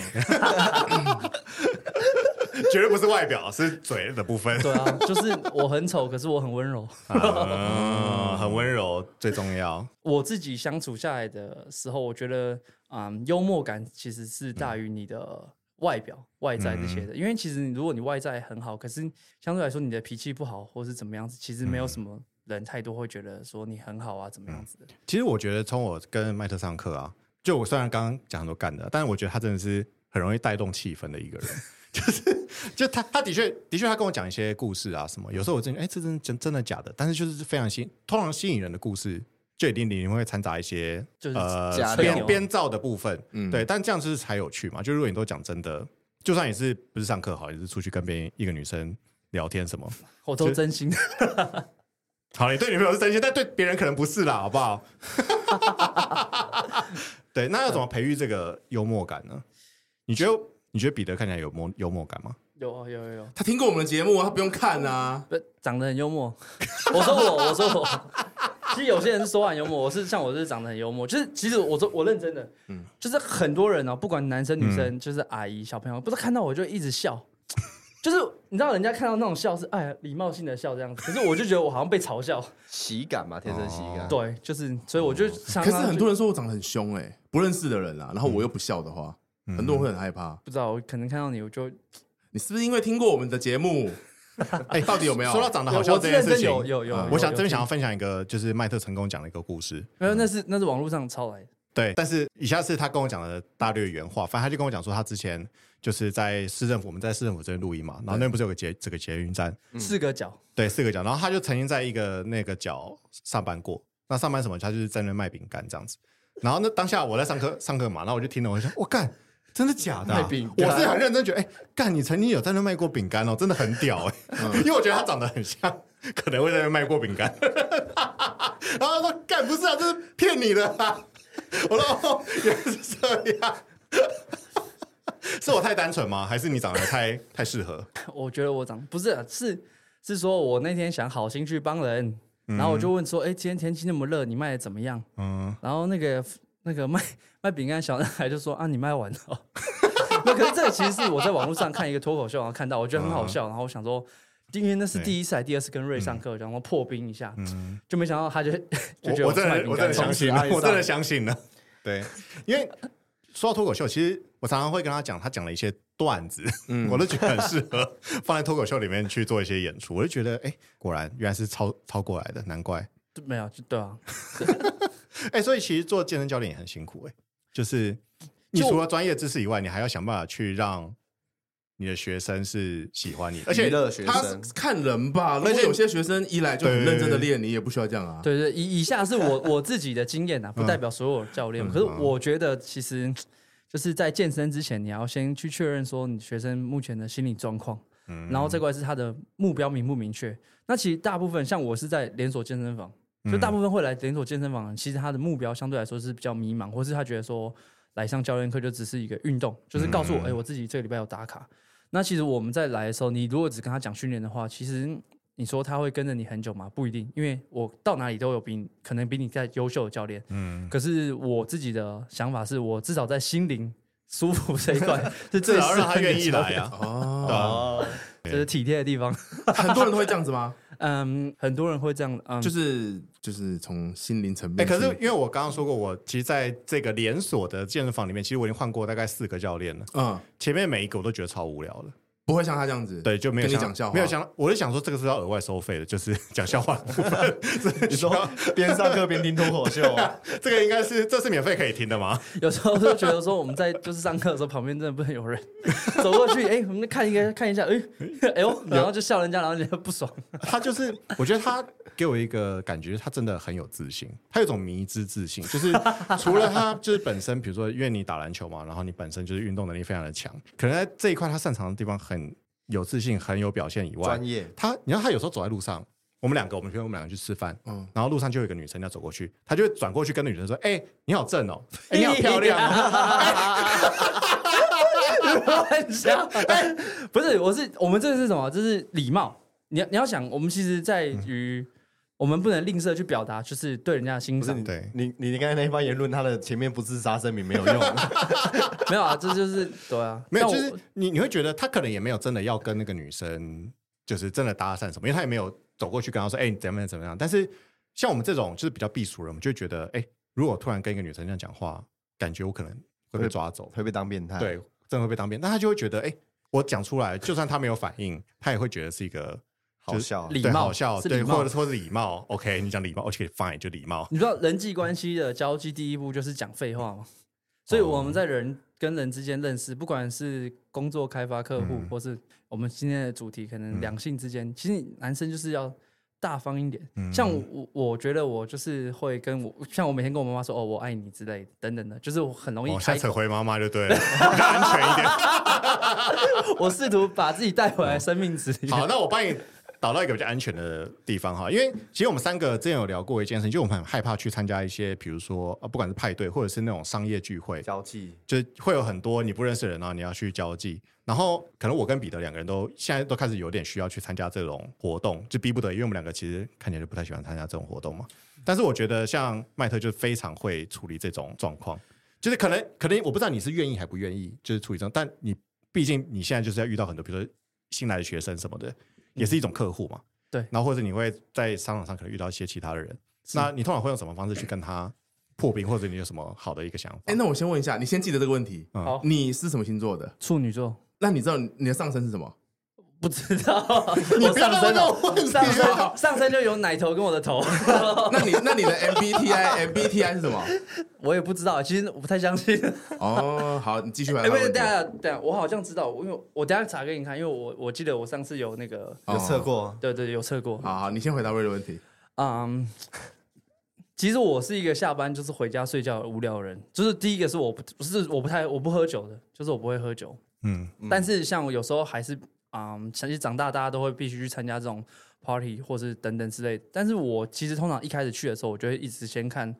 Speaker 1: 绝对不是外表，是嘴的部 分，
Speaker 2: 对啊，就是我很丑，可是我很温柔。
Speaker 1: 啊很温柔最重要。
Speaker 2: 我自己相处下来的时候，我觉得，嗯，幽默感其实是大于你的外表、外在这些的。因为其实如果你外在很好，可是相对来说你的脾气不好，或是怎么样子，其实没有什么人太多会觉得说你很好啊，怎么样子的。
Speaker 1: 其实我觉得从我跟麦特上课啊，就我虽然刚刚讲很多干的，但是我觉得他真的是很容易带动气氛的一个人。 就是，就他，他的确，的确，他跟我讲一些故事啊什么。有时候我真觉得，哎、这真真真的假的？但是就是非常吸，通常吸引人的故事，就一定里面会掺杂一些
Speaker 2: 就是
Speaker 1: 呃
Speaker 2: 假
Speaker 1: 编
Speaker 2: 的
Speaker 1: 编造的部分。
Speaker 3: 嗯
Speaker 1: 对，但这样就是才有趣嘛。就如果你都讲真的，就算你是不是上课好，你是出去跟别人一个女生聊天什么。
Speaker 2: 我都真心的，
Speaker 1: 好，你对女朋友是真心，但对别人可能不是啦，好不好？对，那要怎么培育这个幽默感呢？你觉得你觉得彼得看起来有幽幽默感 吗？
Speaker 2: 有啊有有有，
Speaker 3: 他听过我们的节目，他不用看啊。
Speaker 2: 不长得很幽默。 我说我，我说我。其实有些人是说很幽默，我是像我是长得很幽默，就是其实我说我认真的，嗯，就是很多人哦，不管男生女
Speaker 1: 嗯
Speaker 2: 生，就是阿姨小朋友，不是看到我就一直笑， 就是你知道人家看到那种笑是哎呀礼貌性的笑这样子，可是我就觉得我好像被嘲笑，
Speaker 4: 喜感嘛，天生喜感。
Speaker 2: 对，就是所以我
Speaker 1: 哦
Speaker 2: 就常常
Speaker 3: 可是很多人说我长得很凶哎、不认识的人啊啦、然后我又不笑的话，
Speaker 1: 嗯
Speaker 3: 很多人会很害怕。
Speaker 2: 不知道，我可能看到你我就
Speaker 3: 你是不是因为听过我们的节目？哎、到底有没有？
Speaker 1: 说到长得好
Speaker 2: 我
Speaker 1: 笑
Speaker 2: 我
Speaker 1: 这
Speaker 2: 是
Speaker 1: 件
Speaker 2: 认
Speaker 1: 事
Speaker 2: 真
Speaker 1: 情，啊
Speaker 2: 有有有，有
Speaker 1: 我想这边
Speaker 2: 有
Speaker 1: 想要分享一个，就是麦特成功讲的一个故事。
Speaker 2: 没有，那是那是网络上抄来的。
Speaker 1: 对，但是以下是他跟我讲的大略原话，反正他就跟我讲说，他之前就是在市政府，我们在市政府这边录音嘛，然后那边不是有个捷这个捷运站，
Speaker 2: 四个角，
Speaker 1: 对，四个角，然后他就曾经在一个那个角上班过，那上班什么？他就是在那边卖饼干这样子。然后那当下我在上课上课嘛，然后我就听了，我就想，我干。真的假的啊、
Speaker 4: 卖饼
Speaker 1: 我
Speaker 4: 干
Speaker 1: 是很认真觉得，哎、干，你曾经有在那卖过饼干哦，真的很屌哎、
Speaker 4: 嗯
Speaker 1: 因为我觉得他长得很像，可能会在那卖过饼干。 然后他说，干，不是啊，这是骗你的啊。我说，哦，原来是这样， 是我太单纯吗？还是你长得太太适合？
Speaker 2: 我觉得我长不是啊是是说我那天想好心去帮人，然后我就问说，哎、今天天气那么热，你卖的怎么样？
Speaker 1: 嗯，
Speaker 2: 然后那个那个卖卖饼干的小男孩就说啊，你卖完了 哦。那可是这个其实是我在网络上看一个脱口秀，然后看到我觉得很
Speaker 1: 嗯
Speaker 2: 好笑，然后我想说。因为那是第一次，还第二次跟瑞上课，然后破冰一下，就没想到他就 就觉得
Speaker 1: 嗯我我真
Speaker 2: 卖
Speaker 1: 的
Speaker 2: 饼
Speaker 1: 我
Speaker 2: 干
Speaker 1: 真的相信
Speaker 2: 从
Speaker 1: 了
Speaker 2: 此爱，上
Speaker 1: 我真的相信 了。对，因为说到脱口秀，其实我常常会跟他讲，他讲了一些段子，
Speaker 2: 嗯
Speaker 1: 我都觉得很适合 放在脱口秀里面去做一些演出。我就觉得，哎、果然原来是抄抄过来的，难怪。
Speaker 2: 就没有就对啊，
Speaker 1: 哎、所以其实做健身教练也很辛苦、哎，就是你除了专业知识以外，你还要想办法去让你的学生是喜欢你的，而且
Speaker 4: 娱乐学
Speaker 3: 他
Speaker 4: 生，
Speaker 3: 看人吧，而且有些学生一来就很认真的练，你也不需要这样啊。
Speaker 2: 对对，以以下是我我自己的经验啊，不代表所有教练。可是我觉得，其实就是在健身之前，你要先去确认说你学生目前的心理状况，
Speaker 1: 嗯
Speaker 2: 然后再过来是他的目标明不明确。那其实大部分像我是在连锁健身房，
Speaker 1: 嗯
Speaker 2: 就大部分会来连锁健身房的人，其实他的目标相对来说是比较迷茫，或是他觉得说来上教练课就只是一个运动，就是告诉
Speaker 1: 嗯
Speaker 2: 我，哎、我自己这个礼拜有打卡。那其实我们在来的时候，你如果只跟他讲训练的话，其实你说他会跟着你很久吗？不一定，因为我到哪里都有比你可能比你在优秀的教练。嗯，可是我自己的想法是我至少在心灵舒服这一 块是
Speaker 1: 至
Speaker 2: 最
Speaker 1: 少让他
Speaker 2: 适合
Speaker 1: 愿意
Speaker 2: 的教
Speaker 1: 来
Speaker 2: 练，
Speaker 1: 啊。
Speaker 3: 哦，
Speaker 1: 对啊，
Speaker 2: 这是体贴的地方。
Speaker 3: 很多人都会这样子吗？
Speaker 2: 嗯，很多人会这样，嗯，
Speaker 3: 就是就是从心灵层
Speaker 1: 哎、
Speaker 3: 面去。
Speaker 1: 可是因为我刚刚说过，我其实在这个连锁的健身房里面，其实我已经换过大概四个教练了。
Speaker 3: 嗯，
Speaker 1: 前面每一个我都觉得超无聊的，
Speaker 3: 不会像他这样子，
Speaker 1: 对，就没有
Speaker 3: 跟你
Speaker 1: 想
Speaker 3: 讲笑话，
Speaker 1: 没有想，我就想说这个是要额外收费的，就是 讲笑话的部分。
Speaker 4: 你说边上课边听脱口秀啊，
Speaker 1: 这个应该是这是免费可以听的吗？
Speaker 2: 有时候就觉得说我们在就是上课的时候，旁边真的不能有人 走过去，哎、我们看一个看一下，哎、 哎呦，然后就笑人家，然后觉得不爽。
Speaker 1: 他就是，我觉得他给我一个感觉，他真的很有自信，他有一种迷之自信，就是除了他就是本身，比如说因为你打篮球嘛，然后你本身就是运动能力非常的强，可能在这一块他擅长的地方很有自信，很有表现以外
Speaker 4: 专，业
Speaker 1: 他，你知道他有时候走在路上，我们两个，我们比如我们两个去吃饭，
Speaker 3: 嗯
Speaker 1: 然后路上就有一个女生要走过去，他就会转过去跟那女生说：“哎、你好正哦，哎、你好漂亮哦。
Speaker 2: 很像，哎不是，我是我们这个是什么？这是礼貌。你要你要想，我们其实在
Speaker 1: 嗯
Speaker 2: 于、我们不能吝啬去表达，就是对人家的欣赏。
Speaker 1: 对
Speaker 4: 你你你刚才那一番言论，他的前面不自杀声明没有用，
Speaker 2: 没有啊，这就是对啊，
Speaker 1: 没有，
Speaker 2: 但
Speaker 1: 就
Speaker 2: 我
Speaker 1: 是你你会觉得他可能也没有真的要跟那个女生就是真的搭讪什么，因为他也没有走过去跟她说：“哎、你怎么样怎么样。”但是像我们这种就是比较避俗人，我们就会觉得：“哎、如果突然跟一个女生这样讲话，感觉我可能会被抓走。”
Speaker 4: 会被当变态。，
Speaker 1: 对，真的会被当兵。那他就会觉得，哎、我讲出来，就算他没有反应，他也会觉得是一个
Speaker 4: 好
Speaker 1: 就是
Speaker 4: 笑啊
Speaker 1: 对
Speaker 2: 礼貌
Speaker 1: 好笑，
Speaker 2: 是
Speaker 1: 对，
Speaker 2: 礼貌
Speaker 1: 或者说是礼貌。OK，你讲礼貌，OK，fine，就礼貌。
Speaker 2: 你知道人际关系的交际第一步就是讲废话吗？所以
Speaker 1: 哦
Speaker 2: 我们在人跟人之间认识，不管是工作
Speaker 1: 嗯
Speaker 2: 开发客户，或是我们今天的主题，可能两性之间，其实男生就是要大方一点。
Speaker 1: 嗯
Speaker 2: 像我，我觉得我就是会跟我，像我每天跟我妈妈说哦，我爱你之类的，等等的，就是我很容易
Speaker 1: 哦，下
Speaker 2: 开
Speaker 1: 次
Speaker 2: 口。
Speaker 1: 回妈妈就对了，比较安全一点。
Speaker 2: 我试图把自己带回来生命值里面。
Speaker 1: 哦好，那我帮你导到一个比较安全的地方哈，因为其实我们三个之前有聊过一件事情，就我们很害怕去参加一些，比如说呃，不管是派对或者是那种商业聚会，
Speaker 4: 交际
Speaker 1: 就是会有很多你不认识的人，然后你要去交际，然后可能我跟彼得两个人都现在都开始有点需要去参加这种活动，就逼不得已，因为我们两个其实看起来就不太喜欢参加这种活动嘛。但是我觉得像麦特就非常会处理这种状况，就是可能可能我不知道你是愿意还不愿意，就是处理这种，但你毕竟你现在就是要遇到很多，比如说新来的学生什么的，也是一种客户嘛。
Speaker 2: 对
Speaker 1: 然后或者你会在商场上可能遇到一些其他的人，那你通常会用什么方式去跟他破冰，或者你有什么好的一个想法？
Speaker 3: 哎，那我先问一下，你先记得这个问题。
Speaker 1: 嗯
Speaker 2: 好，
Speaker 3: 你是什么星座的？
Speaker 2: 处女座
Speaker 3: 那你知道你的上升是什么？
Speaker 2: 不知道，
Speaker 1: 你
Speaker 2: 我
Speaker 1: 不要
Speaker 2: 上
Speaker 1: 再
Speaker 2: 升
Speaker 1: 问
Speaker 2: 了
Speaker 1: 我问题啊
Speaker 2: 上
Speaker 1: 了
Speaker 2: 升上升就有奶头跟我的头，
Speaker 3: 那你那你的 MBTI MBTI 是什么？
Speaker 2: 我也不知道，其实我不太相信。
Speaker 3: 哦，好，你继续回答
Speaker 2: 哎，
Speaker 3: 他
Speaker 2: 不
Speaker 3: 的
Speaker 2: 是，
Speaker 3: 问题
Speaker 2: 等一。下等一下，我好像知道，因为我等一下查给你看，因为我我记得我上次有那个，
Speaker 4: 有测过，
Speaker 2: 对对，有测过。
Speaker 3: 好好，你先回答瑞的问题。
Speaker 2: 嗯，其实我是一个下班就是回家睡觉的无聊人，就是第一个是我不不是我不太我不喝酒的，就是我不会喝酒，
Speaker 1: 嗯，
Speaker 2: 但是像我有时候还是嗯，其实长大大家都会必须去参加这种 party 或是等等之类的，但是我其实通常一开始去的时候，我就会一直先看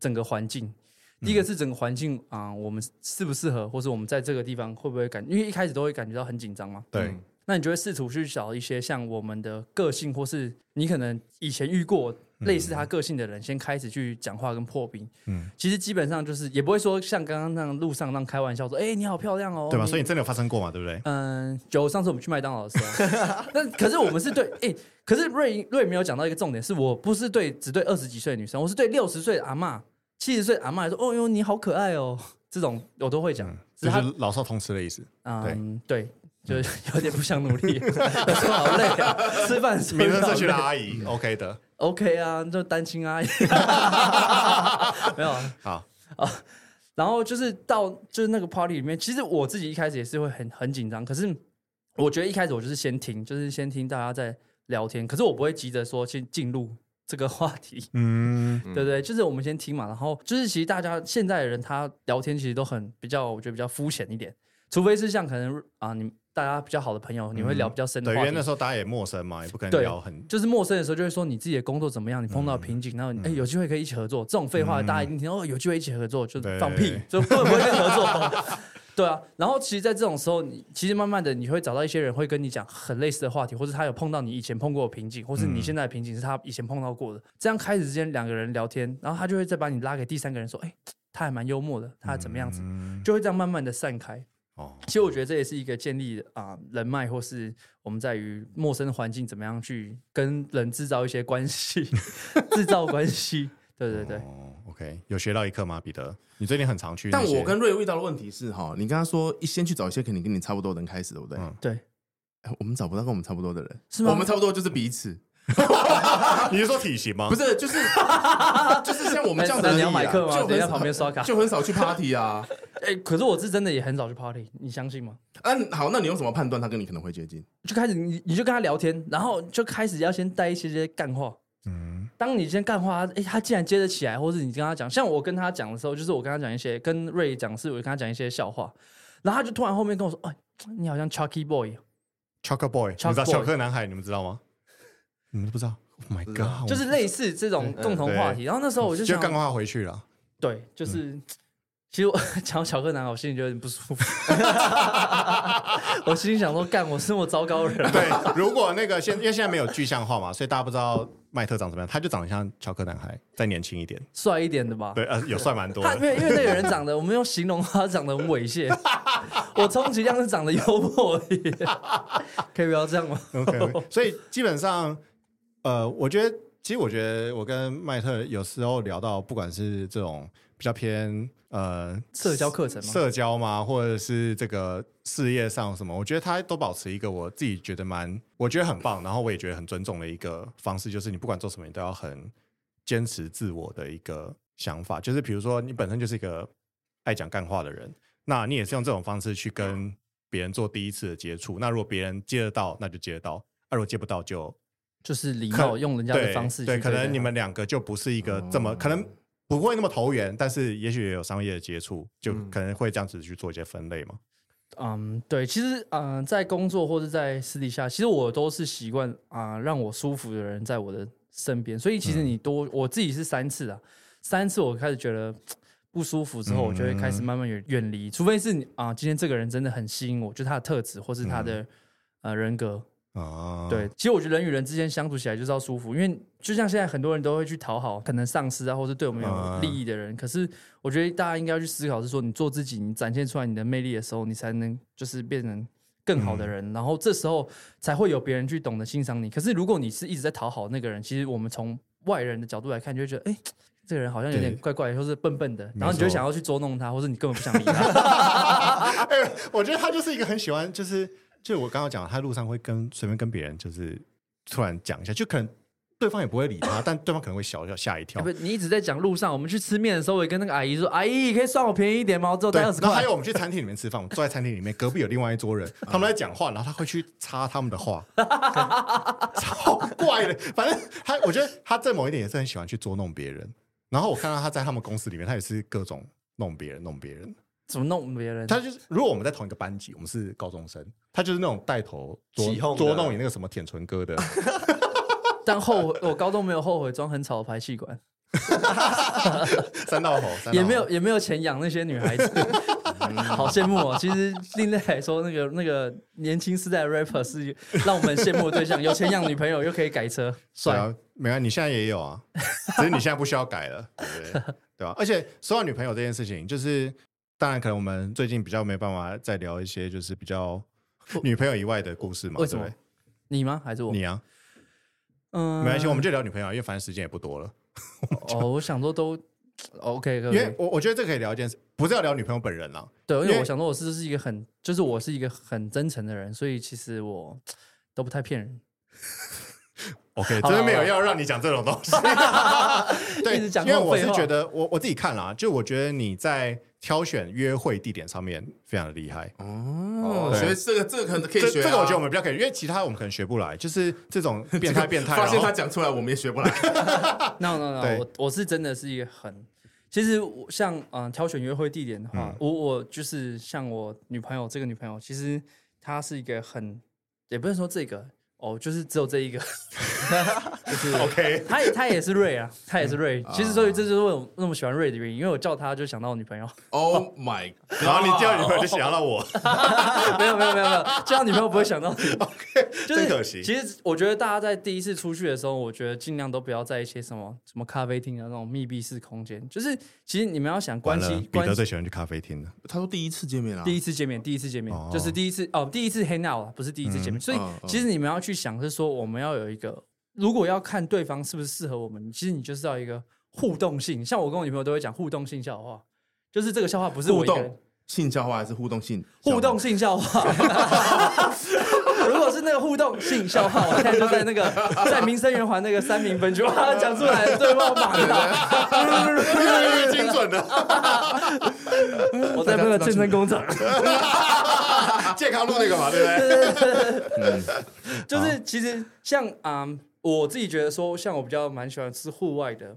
Speaker 2: 整个环境。第一个是整个环境啊、我们适不适合，或是我们在这个地方会不会感，因为一开始都会感觉到很紧张嘛，
Speaker 1: 对。
Speaker 2: 那你就会试图去找一些像我们的个性，或是你可能以前遇过类似他个性的人，先开始去讲话跟破冰。
Speaker 1: 嗯
Speaker 2: 嗯，其实基本上就是也不会说像刚刚那样路上那样开玩笑说，哎、你好漂亮哦，
Speaker 1: 对吧？
Speaker 2: 你
Speaker 1: 所以你真的有发生过嘛？对不对？
Speaker 2: 嗯，有上次我们去麦当劳的时候，那可是我们是对，哎、可是瑞瑞没有讲到一个重点，是我不是对只对二十几岁的女生，我是对六十岁的阿嬷、七十岁的阿嬷说，哦哟你好可爱哦，这种我都会讲，只
Speaker 1: 嗯就是是嗯
Speaker 2: 他
Speaker 1: 老少通吃的意 思。
Speaker 2: 嗯对。就是有点不想努力，我说好累 啊，吃饭的时候
Speaker 1: 民生社区
Speaker 2: 就
Speaker 1: 的
Speaker 2: 好累
Speaker 1: 阿姨，OK 的，
Speaker 2: OK 啊， 就单亲阿姨，没有啊，
Speaker 1: 好，
Speaker 2: 然后就是到就是那个 party 里面，其实我自己一开始也是会很很紧张，可是我觉得一开始我就是先听，就是先听大家在聊天，可是我不会急着说先进入这个话题，
Speaker 1: 嗯，
Speaker 4: 嗯
Speaker 2: 对不对？就是我们先听嘛，然后就是其实大家现在的人他聊天其实都很比较，我觉得比较肤浅一点，除非是像可能啊你大家比较好的朋友，你会聊比较深
Speaker 1: 嗯
Speaker 2: 的
Speaker 1: 对，因
Speaker 2: 话
Speaker 1: 为
Speaker 2: 题
Speaker 1: 那。时候大家也陌生嘛，也不可能
Speaker 2: 对
Speaker 1: 聊很
Speaker 2: 就是陌生的时候就会说你自己的工作怎么样，你碰到瓶颈，然后哎、有机会可以一起合作，这种废话大家一定听哦，有机会一起合作就
Speaker 1: 对
Speaker 2: 放屁，就根本不会跟你合作。 对啊，然后其实，在这种时候，你其实慢慢的你会找到一些人会跟你讲很类似的话题，或者他有碰到你以前碰过的瓶颈，或是你现在的瓶颈是他以前碰到过的。这样开始之间两个人聊天，然后他就会再把你拉给第三个人说，哎，他还蛮幽默的，他怎么样子，
Speaker 1: 嗯
Speaker 2: 就会这样慢慢的散开。
Speaker 1: 哦，
Speaker 2: 其实我觉得这也是一个建立啊、人脉，或是我们在于陌生的环境怎么样去跟人制造一些关系，制造关系。对对对，
Speaker 1: 哦，OK，有学到一课吗？彼得，你最近很常去那
Speaker 3: 但
Speaker 1: 些，啊
Speaker 3: 我跟瑞遇到的问题是哈，你刚刚说一先去找一些肯定跟你差不多的人开始，对不对？
Speaker 1: 嗯
Speaker 2: 对
Speaker 3: 哎我们找不到跟我们差不多的人，
Speaker 2: 是吗
Speaker 3: 我们差不多就是彼此，
Speaker 1: 你是说体型吗？
Speaker 3: 不是就是 就是像我
Speaker 2: 我
Speaker 3: 们 这样的
Speaker 2: 哦你
Speaker 3: 人
Speaker 2: 要
Speaker 3: 一样，
Speaker 2: 买课吗？
Speaker 3: 就
Speaker 2: 等一
Speaker 3: 很
Speaker 2: 下
Speaker 3: 少
Speaker 2: 旁边刷卡。
Speaker 3: 就很少去 party 啊。
Speaker 2: 哎、可是我是真的也很少去 party，你相信吗？
Speaker 3: 嗯，好，那你用什么判断他跟你可能会接近？
Speaker 2: 就开始你你就跟他聊天，然后就开始要先带一些些干话。
Speaker 1: 嗯，
Speaker 2: 当你先干话，哎、他竟然接得起来，或是你跟他讲，像我跟他讲的时候，就是我跟他讲一些跟瑞讲，是我跟他讲一些笑话，然后他就突然后面跟我说，哎、你好像 Chucky Boy 哦
Speaker 1: Choco Boy，你知道
Speaker 2: Choco Boy
Speaker 1: 小克男孩，你们知道吗？你们都不知道？Oh my
Speaker 4: 知道
Speaker 1: god，
Speaker 2: 就是类似这种共同话题。然后那时候我
Speaker 1: 我
Speaker 2: 就
Speaker 1: 嗯就嗯
Speaker 2: 想，
Speaker 1: 干话回去了。
Speaker 2: 对，就是、其实我 讲到小柯南，我心里就有点不 舒服。我心里想说，干，我是那么糟糕的人吗，
Speaker 1: 对，如果那个现因为现在没有具象化嘛，所以大家不知道麦特长什么样，他就长得像乔克男孩，再年轻一点。
Speaker 2: 帅一点的吧？
Speaker 1: 对，呃，有算蛮多
Speaker 2: 他因
Speaker 1: 的。
Speaker 2: 为因为那个人长得，我们用形容他长得很猥亵。我充其量是长得幽默而已，可以不要这样吗？
Speaker 1: OK，所 以基本上，呃，我觉得，其实我觉得我跟麦特有时候聊到，不管是这种比较偏呃
Speaker 2: 社交课程吗？
Speaker 1: 社交嘛，或者是这个事业上什么，我觉得他都保持一个我自己觉得蛮，我觉得很棒，然后我也觉得很尊重的一个方式，就是你不管做什么，你都要很坚持自我的一个想法。就是比如说，你本身就是一个爱讲干话的人，那你也是用这种方式去跟别人做第一次的接触。那如果别人接得到，那就接得到；那、如果接不到就
Speaker 2: 就是礼
Speaker 1: 可
Speaker 2: 貌用人家的哦方式去
Speaker 1: 对，
Speaker 2: 对
Speaker 1: 可
Speaker 2: 待
Speaker 1: 能你
Speaker 2: 他
Speaker 1: 们两个就不是一个这么、可能不会那么投缘，但是也许也有商业的接触，就可能会这样子去做一些分类嘛。
Speaker 2: 嗯，对，其实嗯、呃在工作或者在私底下，其实我都是习惯啊，让我舒服的人在我的身边。所以其实你多，我自己是三次啊，三次我开始觉得嘖不舒服之后，我就会开始慢慢远远离，除非是你啊、今天这个人真的很吸引我，就他的特质或是他的、呃人格。
Speaker 1: 啊，
Speaker 2: 对，其实我觉得人与人之间相处起来就是要舒服，因为就像现在很多人都会去讨好可能上司啊，或是对我们有
Speaker 1: 嗯
Speaker 2: 利益的人，可是我觉得大家应该要去思考，是说你做自己，你展现出来你的魅力的时候，你才能就是变成更好
Speaker 1: 嗯
Speaker 2: 的人，然后这时候才会有别人去懂得欣赏你。可是如果你是一直在讨好那个人，其实我们从外人的角度来看，就会觉得哎。这个人好像有点
Speaker 1: 对
Speaker 2: 怪怪，或是笨笨的，然后
Speaker 1: 没
Speaker 2: 你就会
Speaker 1: 错
Speaker 2: 想要去捉弄他，或者你根本不想理 他。
Speaker 1: 哎我觉得他就是一个很喜欢，就是就我刚刚讲，他路上会跟随便跟别人就是突然讲一下，就可能对方也不会理他，但对方可能会小小吓一跳
Speaker 2: 不。是，你一直在讲路上，我们去吃面的时候，我也跟那个阿姨说：“阿姨，可以算我便宜一点吗？我只有
Speaker 1: 对，
Speaker 2: 带二
Speaker 1: 然
Speaker 2: 十
Speaker 1: 后
Speaker 2: 块。”啊
Speaker 1: 还有我们去餐厅里面吃饭，我们坐在餐厅里面，隔壁有另外一桌人，他们在讲话，然后他会去插他们的 话，超怪的。反正他，我觉得他在某一点也是很喜欢去捉弄别人。然后我看到他在他们公司里面，他也是各种弄别人，弄别人。
Speaker 2: 怎么弄别人？
Speaker 1: 他就是，如果我们在同一个班级，我们是高中生，他就是那种带头捉
Speaker 4: 起哄的
Speaker 1: 捉弄你那个什么舔唇哥的，
Speaker 2: 但后悔，我高中没有后悔装很吵的排气管，
Speaker 1: 三道猴，三道猴
Speaker 2: 也没有也没有钱养那些女孩 子，好羡慕哦。其实另类来说，那个那个年轻时代的 rapper 是让我们羡慕的对象，有钱养女朋友又可以改车，
Speaker 1: 对
Speaker 2: 帅。
Speaker 1: 啊，没有，你现在也有 啊，只是你现在不需要改了，对不对？对吧、啊而且说到女朋友这件事情，就是当然可能我们最近比较没办法再聊一些就是比较女朋友以外的故事嘛，
Speaker 2: 为什么
Speaker 1: 对不
Speaker 2: 你吗？还是我
Speaker 1: 对？你啊，
Speaker 2: 嗯
Speaker 1: 没关系，我们就聊女朋友啊，因为反正时间也不多了。
Speaker 2: 哦，我想说都 OK，
Speaker 1: 因为我我觉得这可以聊一件事，不是要聊女朋友本人啊啦，
Speaker 2: 对，因
Speaker 1: 因
Speaker 2: 为
Speaker 1: 为
Speaker 2: 我想说我是是一个很，就是我是一个很真诚的人，所以其实我都不太骗人。
Speaker 1: OK，
Speaker 2: 好
Speaker 1: 真
Speaker 2: 啦
Speaker 1: 的没有要让你讲这种东 西。对，
Speaker 2: 一直讲
Speaker 1: 因为
Speaker 2: 这种
Speaker 1: 我
Speaker 2: 废
Speaker 1: 是
Speaker 2: 话
Speaker 1: 觉得我我自己看啦，就我觉得你在挑选约会地点上面非常的厉害。
Speaker 2: 嗯
Speaker 3: 哦，
Speaker 1: 对
Speaker 3: 所以这个这个可能可以
Speaker 1: 这
Speaker 3: 学啊，
Speaker 1: 这个我觉得我们比较可以，因为其他我们可能学不来，就是这种变态变态。
Speaker 3: 发现
Speaker 1: 然后
Speaker 3: 他讲出来，我们也学不来。
Speaker 2: no no no，
Speaker 1: 对
Speaker 2: 我我是真的是一个很，其实我像嗯、呃挑选约会地点的话，
Speaker 1: 嗯
Speaker 2: 我我就是像我女朋友这个女朋友，其实她是一个很，也不是说这个哦，就是只有这一个， 就是。
Speaker 1: OK，
Speaker 2: 她也她也是瑞啊，她也是瑞。
Speaker 1: 嗯
Speaker 2: 其实
Speaker 1: 啊
Speaker 2: 所以这就是为什么那么喜欢瑞的原因，因为我叫她就想到我女朋友。
Speaker 3: Oh my！God
Speaker 1: 然后你
Speaker 3: 哦
Speaker 1: 叫女朋友就想要到我，
Speaker 2: 没有没有没有没有，叫她女朋友不会想 到你。就
Speaker 1: 真
Speaker 2: 是
Speaker 1: 可惜
Speaker 2: 其实我觉得大家在第一次出去的时候，我觉得尽量都不要在一些什么什么咖啡厅啊那种密闭式空间。就是其实你们要想 关
Speaker 1: 完了
Speaker 2: 系
Speaker 1: 彼
Speaker 2: 关
Speaker 1: 得
Speaker 2: 系，
Speaker 1: 最喜欢去咖啡厅了。
Speaker 3: 他说第一次见面啊，
Speaker 2: 第一次见面，第一次见面、
Speaker 1: 哦
Speaker 2: 就是第一次哦，第一次 hang out 啊不是第一次见面。所以
Speaker 3: 嗯嗯
Speaker 2: 其实你们要去想是说，我们要有一个，如果要看对方是不是适合我们，其实你就是要一个互动性。像我跟我女朋友都会讲互动性笑话，就是这个笑话不是我
Speaker 3: 互
Speaker 2: 一个人
Speaker 3: 动性笑话还是互动性？
Speaker 2: 互动性笑话。 如果是那个互动性笑话，我现在就在那个在民生圆环那个三明分区，哇，讲出来对方马上，
Speaker 1: 越来越精准的，
Speaker 2: 我在那个健身工厂，
Speaker 1: 健康路那个嘛，对不对？
Speaker 2: 就是其实像啊、嗯我自己觉得说，像我比较蛮喜欢吃户外的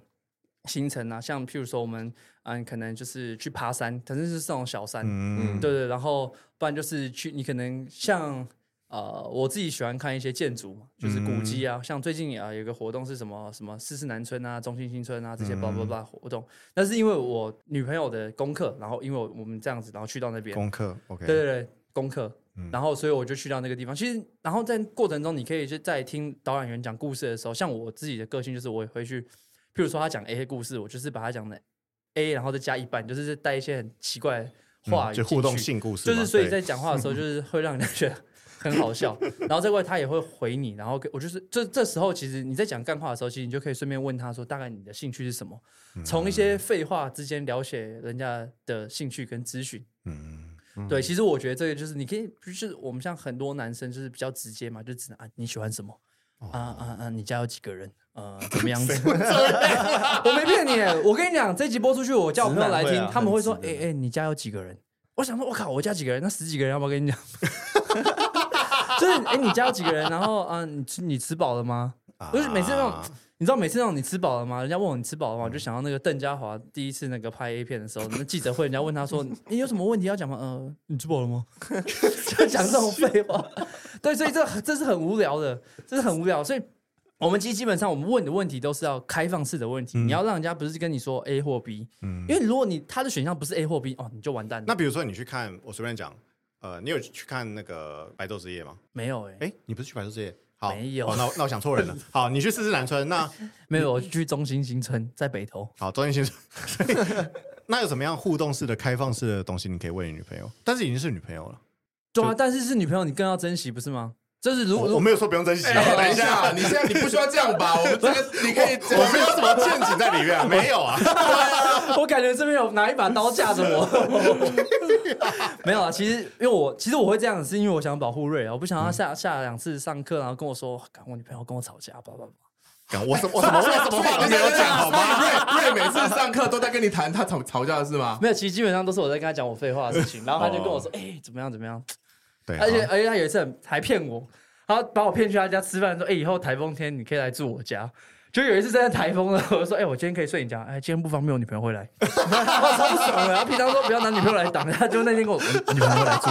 Speaker 2: 行程啊，像譬如说我们嗯，可能就是去爬山，可能是这种小山，
Speaker 1: 嗯，
Speaker 2: 对对，然后不然就是去，你可能像呃，我自己喜欢看一些建筑嘛，就是古迹
Speaker 1: 嗯
Speaker 2: 啊，像最近啊、呃有个活动是什么什么四四南村啊、中心新村啊这些
Speaker 1: 嗯
Speaker 2: 巴拉巴拉活动，但是因为我女朋友的功课，然后因为我们这样子，然后去到那边，
Speaker 1: 功课
Speaker 2: 对
Speaker 1: OK，嗯
Speaker 2: 对对，功课。然后，所以我就去到那个地方。其实，然后在过程中，你可以就在听导演员讲故事的时候，像我自己的个性就是，我也会去，譬如说他讲 A 的故事，我就是把他讲的 A，然后再加一半，就是带一些很奇怪的话语、
Speaker 1: 嗯就互动。性故事
Speaker 2: 就
Speaker 1: 嘛，
Speaker 2: 是所以
Speaker 1: 对
Speaker 2: 在讲话 的时候，就是会让人家觉得很好笑，然后在外他也会回你，然后跟我就是这这时候其实你在讲干话的时候，其实你就可以顺便问他说，大概你的兴趣是什么，从一
Speaker 1: 嗯
Speaker 2: 些废话之间了解人家的兴趣跟资讯。
Speaker 1: 嗯，
Speaker 2: 对，其实我觉得这个就是你可以，就是我们像很多男生就是比较直接嘛，就只能啊你喜欢什么
Speaker 4: 哦
Speaker 2: 啊啊啊，你家有几个人？呃，怎么样子？ 我没骗你，我跟你讲，这集播出去，我叫我朋友来
Speaker 4: 直男
Speaker 2: 听
Speaker 4: 会，啊
Speaker 2: 他们会说，
Speaker 4: 很直
Speaker 2: 哎
Speaker 4: 的
Speaker 2: 哎，你家有几个人？我想说，我靠，我家几个人？那十几个人，要不要跟 你讲？就是，哎，你家有几个人？然后，啊，你吃你吃饱了吗？我就是每次那种，你知道每次那种你吃饱了吗？人家问我你吃饱了吗？我就想到那个邓家华第一次那个拍 A 片的时候，那记者会人家问他说你有什么问题要讲吗？呃，你吃饱了吗？就讲这种废话， 对，所以这这是很无聊的，这是很无聊，所以。我们基基本上我们问的问题都是要开放式的问题，你要让人家不是跟你说 A 或 B，、因为如果你他的选项不是 A 或 B，哦，你就完蛋了。
Speaker 1: 那比如说你去看，我随便讲，呃，你有去看那个白昼之夜吗？
Speaker 2: 没有哎、
Speaker 1: 哎，你不是去白昼之夜？好，
Speaker 2: 没有
Speaker 1: 哦那我那我想错人了。好，你去四四南村，那
Speaker 2: 没有，我去中心新村，在北投。
Speaker 1: 好，周燕先生， 那有什么样互动式的、开放式的东西你可以问你女朋友？但是已经是女朋友了，
Speaker 2: 对啊，但是是女朋友，你更要珍惜，不是吗？就是如
Speaker 1: 哦我我
Speaker 2: 果
Speaker 1: 没有说不用珍惜啊。
Speaker 3: 哎等一下，你现在你不需要这样吧？我们这个你可以这
Speaker 1: 我
Speaker 3: 样
Speaker 1: 没有什么陷阱在里面啊，没有啊。
Speaker 2: 我感觉这边有拿一把刀架着我， 没有啊。其实因为我其实我会这样，是因为我想保护瑞啊，我不
Speaker 1: 嗯
Speaker 2: 想要下下两次上课，然后跟我说，干我女朋友跟我吵架，叭叭叭。
Speaker 1: 干我什我什么我什么话都没有讲，好吗？
Speaker 3: 瑞瑞每次上课都在跟你谈他吵吵架的事吗？
Speaker 2: 没有，其实基本上都是我在跟他讲我废话的事情，然后他就跟
Speaker 1: 哦
Speaker 2: 我说，哎、怎么样怎么样，
Speaker 1: 对，
Speaker 2: 而且
Speaker 1: 好
Speaker 2: 而且他有一次很还骗我，他把我骗去他家吃饭，说：“哎、以后台风天你可以来住我家。”就有一次真的台风了，我说：“哎、我今天可以睡你家。”哎，今天不方便，我女朋友会来，我 超不爽的。他平常说不要拿女朋友来挡，他就那天跟我我女朋友会来住。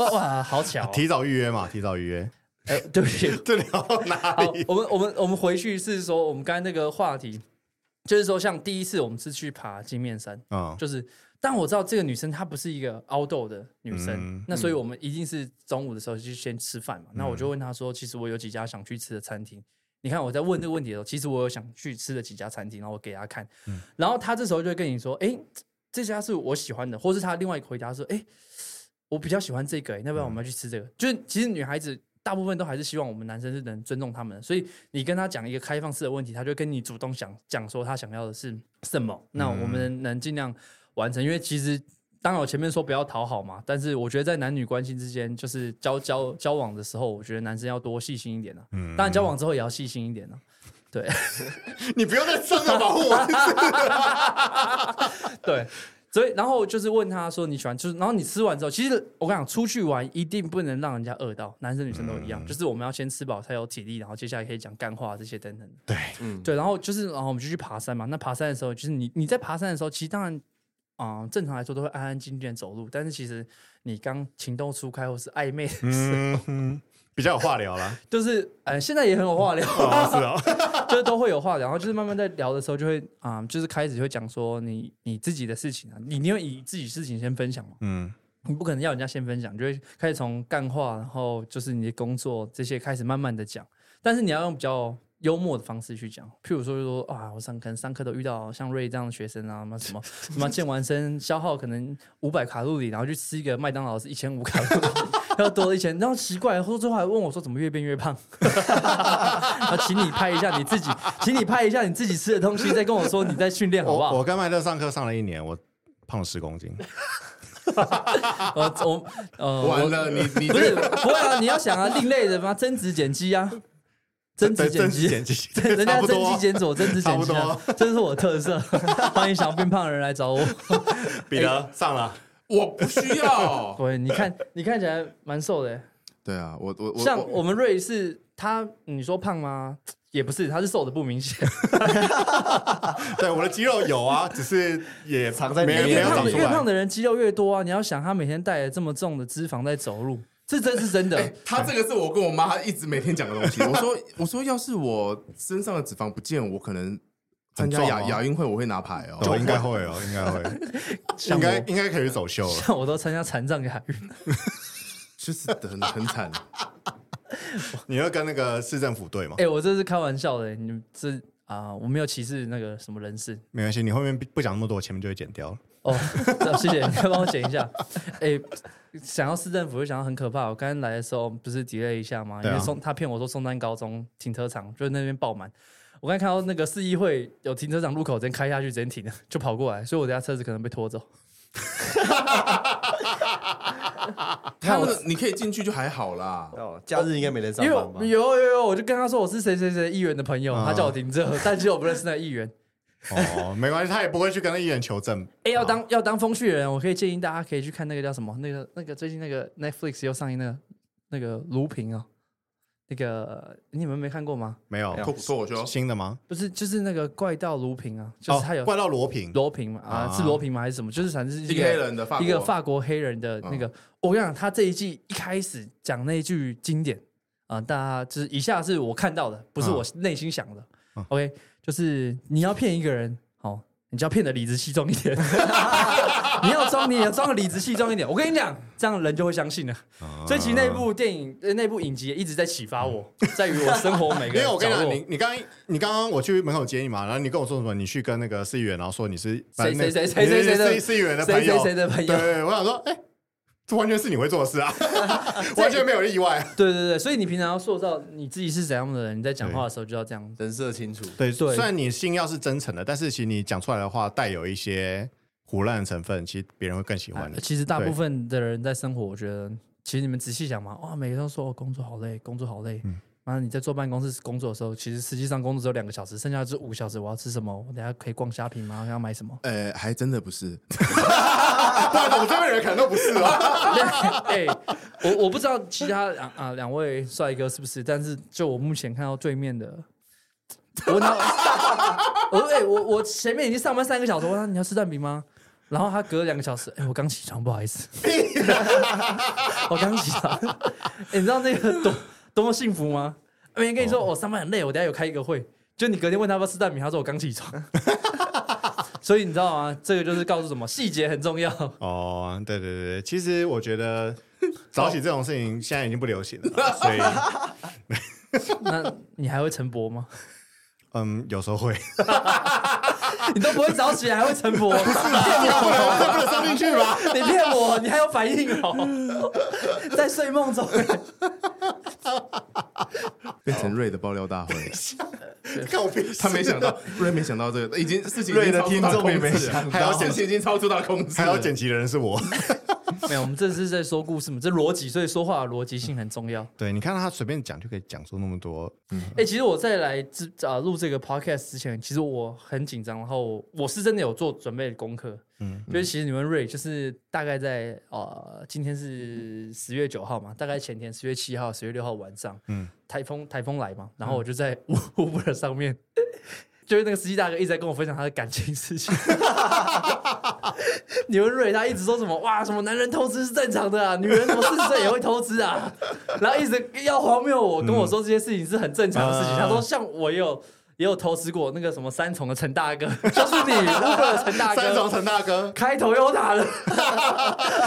Speaker 2: 哇哇，好巧、哦！
Speaker 1: 提早预约嘛，提早预约。
Speaker 2: 哎、对不起，
Speaker 1: 这聊到哪
Speaker 2: 好
Speaker 1: 里，？
Speaker 2: 我们我们我们回去是说，我们刚才那个话题，就是说，像第一次我们是去爬金面山，
Speaker 1: 嗯，
Speaker 2: 就是，但我知道这个女生她不是一个 outdoor 的女生，
Speaker 1: 嗯
Speaker 2: 那所以我们一定是中午的时候就先吃饭嘛。那我就问她说，其实我有几家想去吃的餐厅。你看我在问这个问题的时候，其实我有想去吃的几家餐厅，然后我给她看，
Speaker 1: 嗯
Speaker 2: 然后她这时候就会跟你说，哎、这家是我喜欢的，或是她另外一个回答说，哎、我比较喜欢这个、诶要不然我们要去吃这个？就是其实女孩子大部分都还是希望我们男生是能尊重她们的，所以你跟她讲一个开放式的问题，她就跟你主动想讲说她想要的是什么，那我们能尽量完成，因为其实。当然，我前面说不要讨好嘛，但是我觉得在男女关系之间，就是交交交往的时候，我觉得男生要多细心一点啊。嗯，当然交往之后也要细心一点啊。对，
Speaker 1: 你不要再真的保护我。
Speaker 2: 对，所以然后就是问他说你喜欢，就是然后你吃完之后，其实我跟你讲，出去玩一定不能让人家饿到，男生女生都一样，
Speaker 1: 嗯
Speaker 2: 就是我们要先吃饱才有体力，然后接下来可以讲干话这些等等的。
Speaker 1: 对，
Speaker 2: 对，然后就是然后我们就去爬山嘛。那爬山的时候，就是你你在爬山的时候，其实当然。啊、正常来说都会安安静静地走路，但是其实你刚情窦初开或是暧昧的时候，
Speaker 1: 嗯哼，比较有话聊啦。
Speaker 2: 就是呃，现在也很有话聊，
Speaker 1: 哦，是哦。
Speaker 2: 就是都会有话聊，然后就是慢慢在聊的时候，就会啊、就是开始会讲说你你自己的事情啊，你你会以自己事情先分享嘛，
Speaker 1: 嗯，
Speaker 2: 你不可能要人家先分享，就会开始从干话，然后就是你的工作这些开始慢慢的讲，但是你要用比较幽默的方式去讲，譬如说就说啊，我上可能上课都遇到像瑞这样的学生啊，什么什 么什么健完身消耗可能五百卡路里，然后去吃一个麦当劳是一千五卡路里。要多了一千，然后奇怪，后最后还问我说怎么越变越胖， 然后请你拍一下你自己，请你拍一下你自己吃的东西，再跟我说你在训练好不好
Speaker 1: 我？我跟麦乐上课上了一年，我胖了十公斤。
Speaker 2: 我我呃，我
Speaker 3: 完了，你你
Speaker 2: 不
Speaker 3: 这
Speaker 2: 是
Speaker 3: 个
Speaker 2: 不会啊，你要想啊，另类的嘛，增值减肌啊，增值
Speaker 1: 对
Speaker 2: 减
Speaker 1: 增
Speaker 2: 肌
Speaker 1: 肌，减肌，
Speaker 2: 人家
Speaker 1: 差不
Speaker 2: 增
Speaker 1: 多
Speaker 2: 肌
Speaker 1: 啊
Speaker 2: 减左，增值
Speaker 1: 差
Speaker 2: 减
Speaker 1: 不
Speaker 2: 肌啊
Speaker 1: 多，
Speaker 2: 这是我的特 色。欢迎想要变胖的人来找我。
Speaker 1: 彼得上了。
Speaker 3: 我不 需要。
Speaker 2: 对，你看你看起来蛮瘦的，
Speaker 3: 对啊，我我我
Speaker 2: 像我们瑞是他，你说胖吗？也不是，他是瘦的不明显，
Speaker 1: 对，我的肌肉有啊，只是也
Speaker 4: 藏在
Speaker 1: 没有
Speaker 4: 里
Speaker 1: 没
Speaker 2: 越
Speaker 1: 有长
Speaker 2: 胖
Speaker 4: 面
Speaker 2: 的
Speaker 1: 出
Speaker 2: 越胖
Speaker 1: 来。
Speaker 2: 的人肌肉越多啊！你要想他每天带着这么重的脂肪在走路，这真是真的。
Speaker 3: 哎他这个是我跟我妈一直每天讲 的东西。我说我说，要是我身上的脂肪不见，我可能参加
Speaker 1: 很
Speaker 3: 亚
Speaker 2: 啊
Speaker 1: 壮哦
Speaker 3: 亚运会我会拿牌哦。
Speaker 1: 对，应该会哦，应该会，
Speaker 2: 像
Speaker 1: 应该
Speaker 2: 我
Speaker 1: 应该可以走秀了。
Speaker 2: 像我都参加残障亚运，
Speaker 3: 就是很 很惨。
Speaker 1: 你要跟那个市政府对吗
Speaker 2: 哎、？我这是开玩笑的，你们这啊、我没有歧视那个什么人士
Speaker 1: 没关系，你后面不不讲那么多，我前面就会剪掉了。
Speaker 2: 哦。这谢谢，你再帮我剪一下。哎、想要市政府就想要很可怕。我刚刚来的时候不是 delay 一下吗？因
Speaker 1: 对啊
Speaker 2: 为松他骗我说松山高中停车场就是那边爆满。我刚才看到那个市议会有停车场入口，直接开下去，直接停了，就跑过来，所以我等下车子可能被拖走。
Speaker 3: 他那个你可以进去就还好 啦。
Speaker 4: 哦，假日应该没人上
Speaker 2: 因为
Speaker 4: 班
Speaker 2: 我
Speaker 4: 吧？
Speaker 2: 有有有，我就跟他说我是谁谁谁议员的朋友，
Speaker 1: 嗯
Speaker 2: 他叫我停这，但其实我不认识那个议员。
Speaker 1: 哦，没关系，他也不会去跟那议员求证。
Speaker 2: 哎、要当要当风趣人，我可以建议大家可以去看那个叫什么，那个那个最近那个 Netflix 又上映那个那个卢平啊，那个你们没看过吗？
Speaker 1: 没有
Speaker 3: 脱脱口秀，
Speaker 1: 新的吗？
Speaker 2: 不是，就是那个怪盗卢平啊，就
Speaker 1: 哦
Speaker 2: 是他，有
Speaker 1: 怪盗罗平，
Speaker 2: 罗平嘛，啊，
Speaker 1: 啊
Speaker 2: 是罗平吗还是什么？就是反正是
Speaker 3: 一个黑人的法国？
Speaker 2: 一个法国黑人的
Speaker 1: 嗯
Speaker 2: 那个，我跟你讲，他这一季一开始讲那一句经典啊、大家就是以下是我看到的，不是我内心想的。
Speaker 1: 嗯
Speaker 2: OK，就是你要骗一个人，好，你就要骗的理直气壮一 点。你要装，你也装的理直气壮一点。我跟你讲，这样人就会相信了。
Speaker 1: 啊
Speaker 2: 所以其实那部电影、呃那部影集也一直在启发我，在于我生活每
Speaker 1: 因嗯
Speaker 2: 个
Speaker 1: 为我跟你
Speaker 2: 角
Speaker 1: 讲，
Speaker 2: 落。
Speaker 1: 你你刚刚你刚刚我去门口接你嘛，然后你跟我说什么？你去跟那个司议员，然后说你是
Speaker 2: 谁谁谁
Speaker 1: 你是
Speaker 2: 谁谁谁的
Speaker 1: 司司议员的朋
Speaker 2: 谁
Speaker 1: 友，
Speaker 2: 谁谁的朋友
Speaker 1: 对对，对我想说，哎，这完全是你会做的事啊，完全没有意外。
Speaker 2: 对对对，所以你平常要塑造你自己是怎样的人，你在讲话的时候就要这样。
Speaker 4: 人设清楚，
Speaker 1: 对，
Speaker 2: 对
Speaker 1: 虽然你心要是真诚的，但是其实你讲出来的话带有一些胡乱的成分，其实别人会更喜欢你。
Speaker 2: 其实大部分的人在生活，我觉得，其实你们仔细想嘛，哇，每个人都说哦，工作好累，工作好累。嗯。然后你在坐办公室工作的时候，其实实际上工作只有两个小时，剩下的是五个小时。我要吃什么？我等下可以逛虾皮吗？我要买什么
Speaker 3: 呃，还真的不是，啊
Speaker 1: 不然我这边人可能都不是哦。
Speaker 2: 哎、我我不知道其他啊啊两位帅哥是不是，但是就我目前看到对面的，我拿我哎、我我前面已经上班三个小时，我说你要吃蛋饼吗？然后他隔了两个小时，哎、我刚起床，不好意思，我刚起床、哎你知道那个多多么幸福吗？每天跟你说我、哦上班很累，我等下有开一个会，就你隔天问他要不要吃蛋饼，他说我刚起床。 所以你知道吗？这个就是告诉什么细节很重要。
Speaker 1: 哦，对对对，其实我觉得早起这种事情现在已经不流行了， 所以
Speaker 2: 那你还会晨勃吗？
Speaker 1: 嗯，有时候 会。
Speaker 2: 你都不会早起来，还会晨勃？不是
Speaker 1: 不能上进去 吧？
Speaker 2: 你骗我，你还有反应哦，在睡梦中。
Speaker 3: 变成瑞的爆料大会。
Speaker 1: 看我屁事
Speaker 3: 他没想到，瑞没想到这个，已经事情已
Speaker 4: 瑞
Speaker 3: 经
Speaker 4: 的
Speaker 3: 超出
Speaker 4: 听
Speaker 3: 他
Speaker 4: 众也
Speaker 3: 控
Speaker 4: 没
Speaker 3: 制了，
Speaker 4: 想
Speaker 3: 还有
Speaker 4: 到
Speaker 3: 事情已经超出他控制
Speaker 1: 还
Speaker 3: 了，
Speaker 1: 有剪辑的人是我。
Speaker 2: 没有，我们这是在说故事嘛，这逻辑，所以说话的逻辑性很重要。
Speaker 1: 对，你看他随便讲就可以讲出那么多。
Speaker 2: 哎、其实我在来之啊录这个 podcast 之前，其实我很紧张，然后我是真的有做准备的功课。嗯，就是其实你们瑞就是大概在呃，今天是十月九号嘛，大概前天十月七号、十月六号晚上，嗯，台风台风来嘛，然后我就在 Uber 上面。 就是那个司机大哥一直在跟我分享他的感情事情， 你们瑞他一直说什么哇什么男人偷吃是正常的啊，女人什么四十岁也会偷吃啊， 然后一直要荒谬我跟我说这些事情是很正常的事情。
Speaker 1: 嗯
Speaker 2: 他说像我也有也有偷吃过那个什么三重的陈大哥，就是你 Uber 的陈 大
Speaker 1: 三重
Speaker 2: 哥，
Speaker 1: 陈大哥，
Speaker 2: 开头又 打了，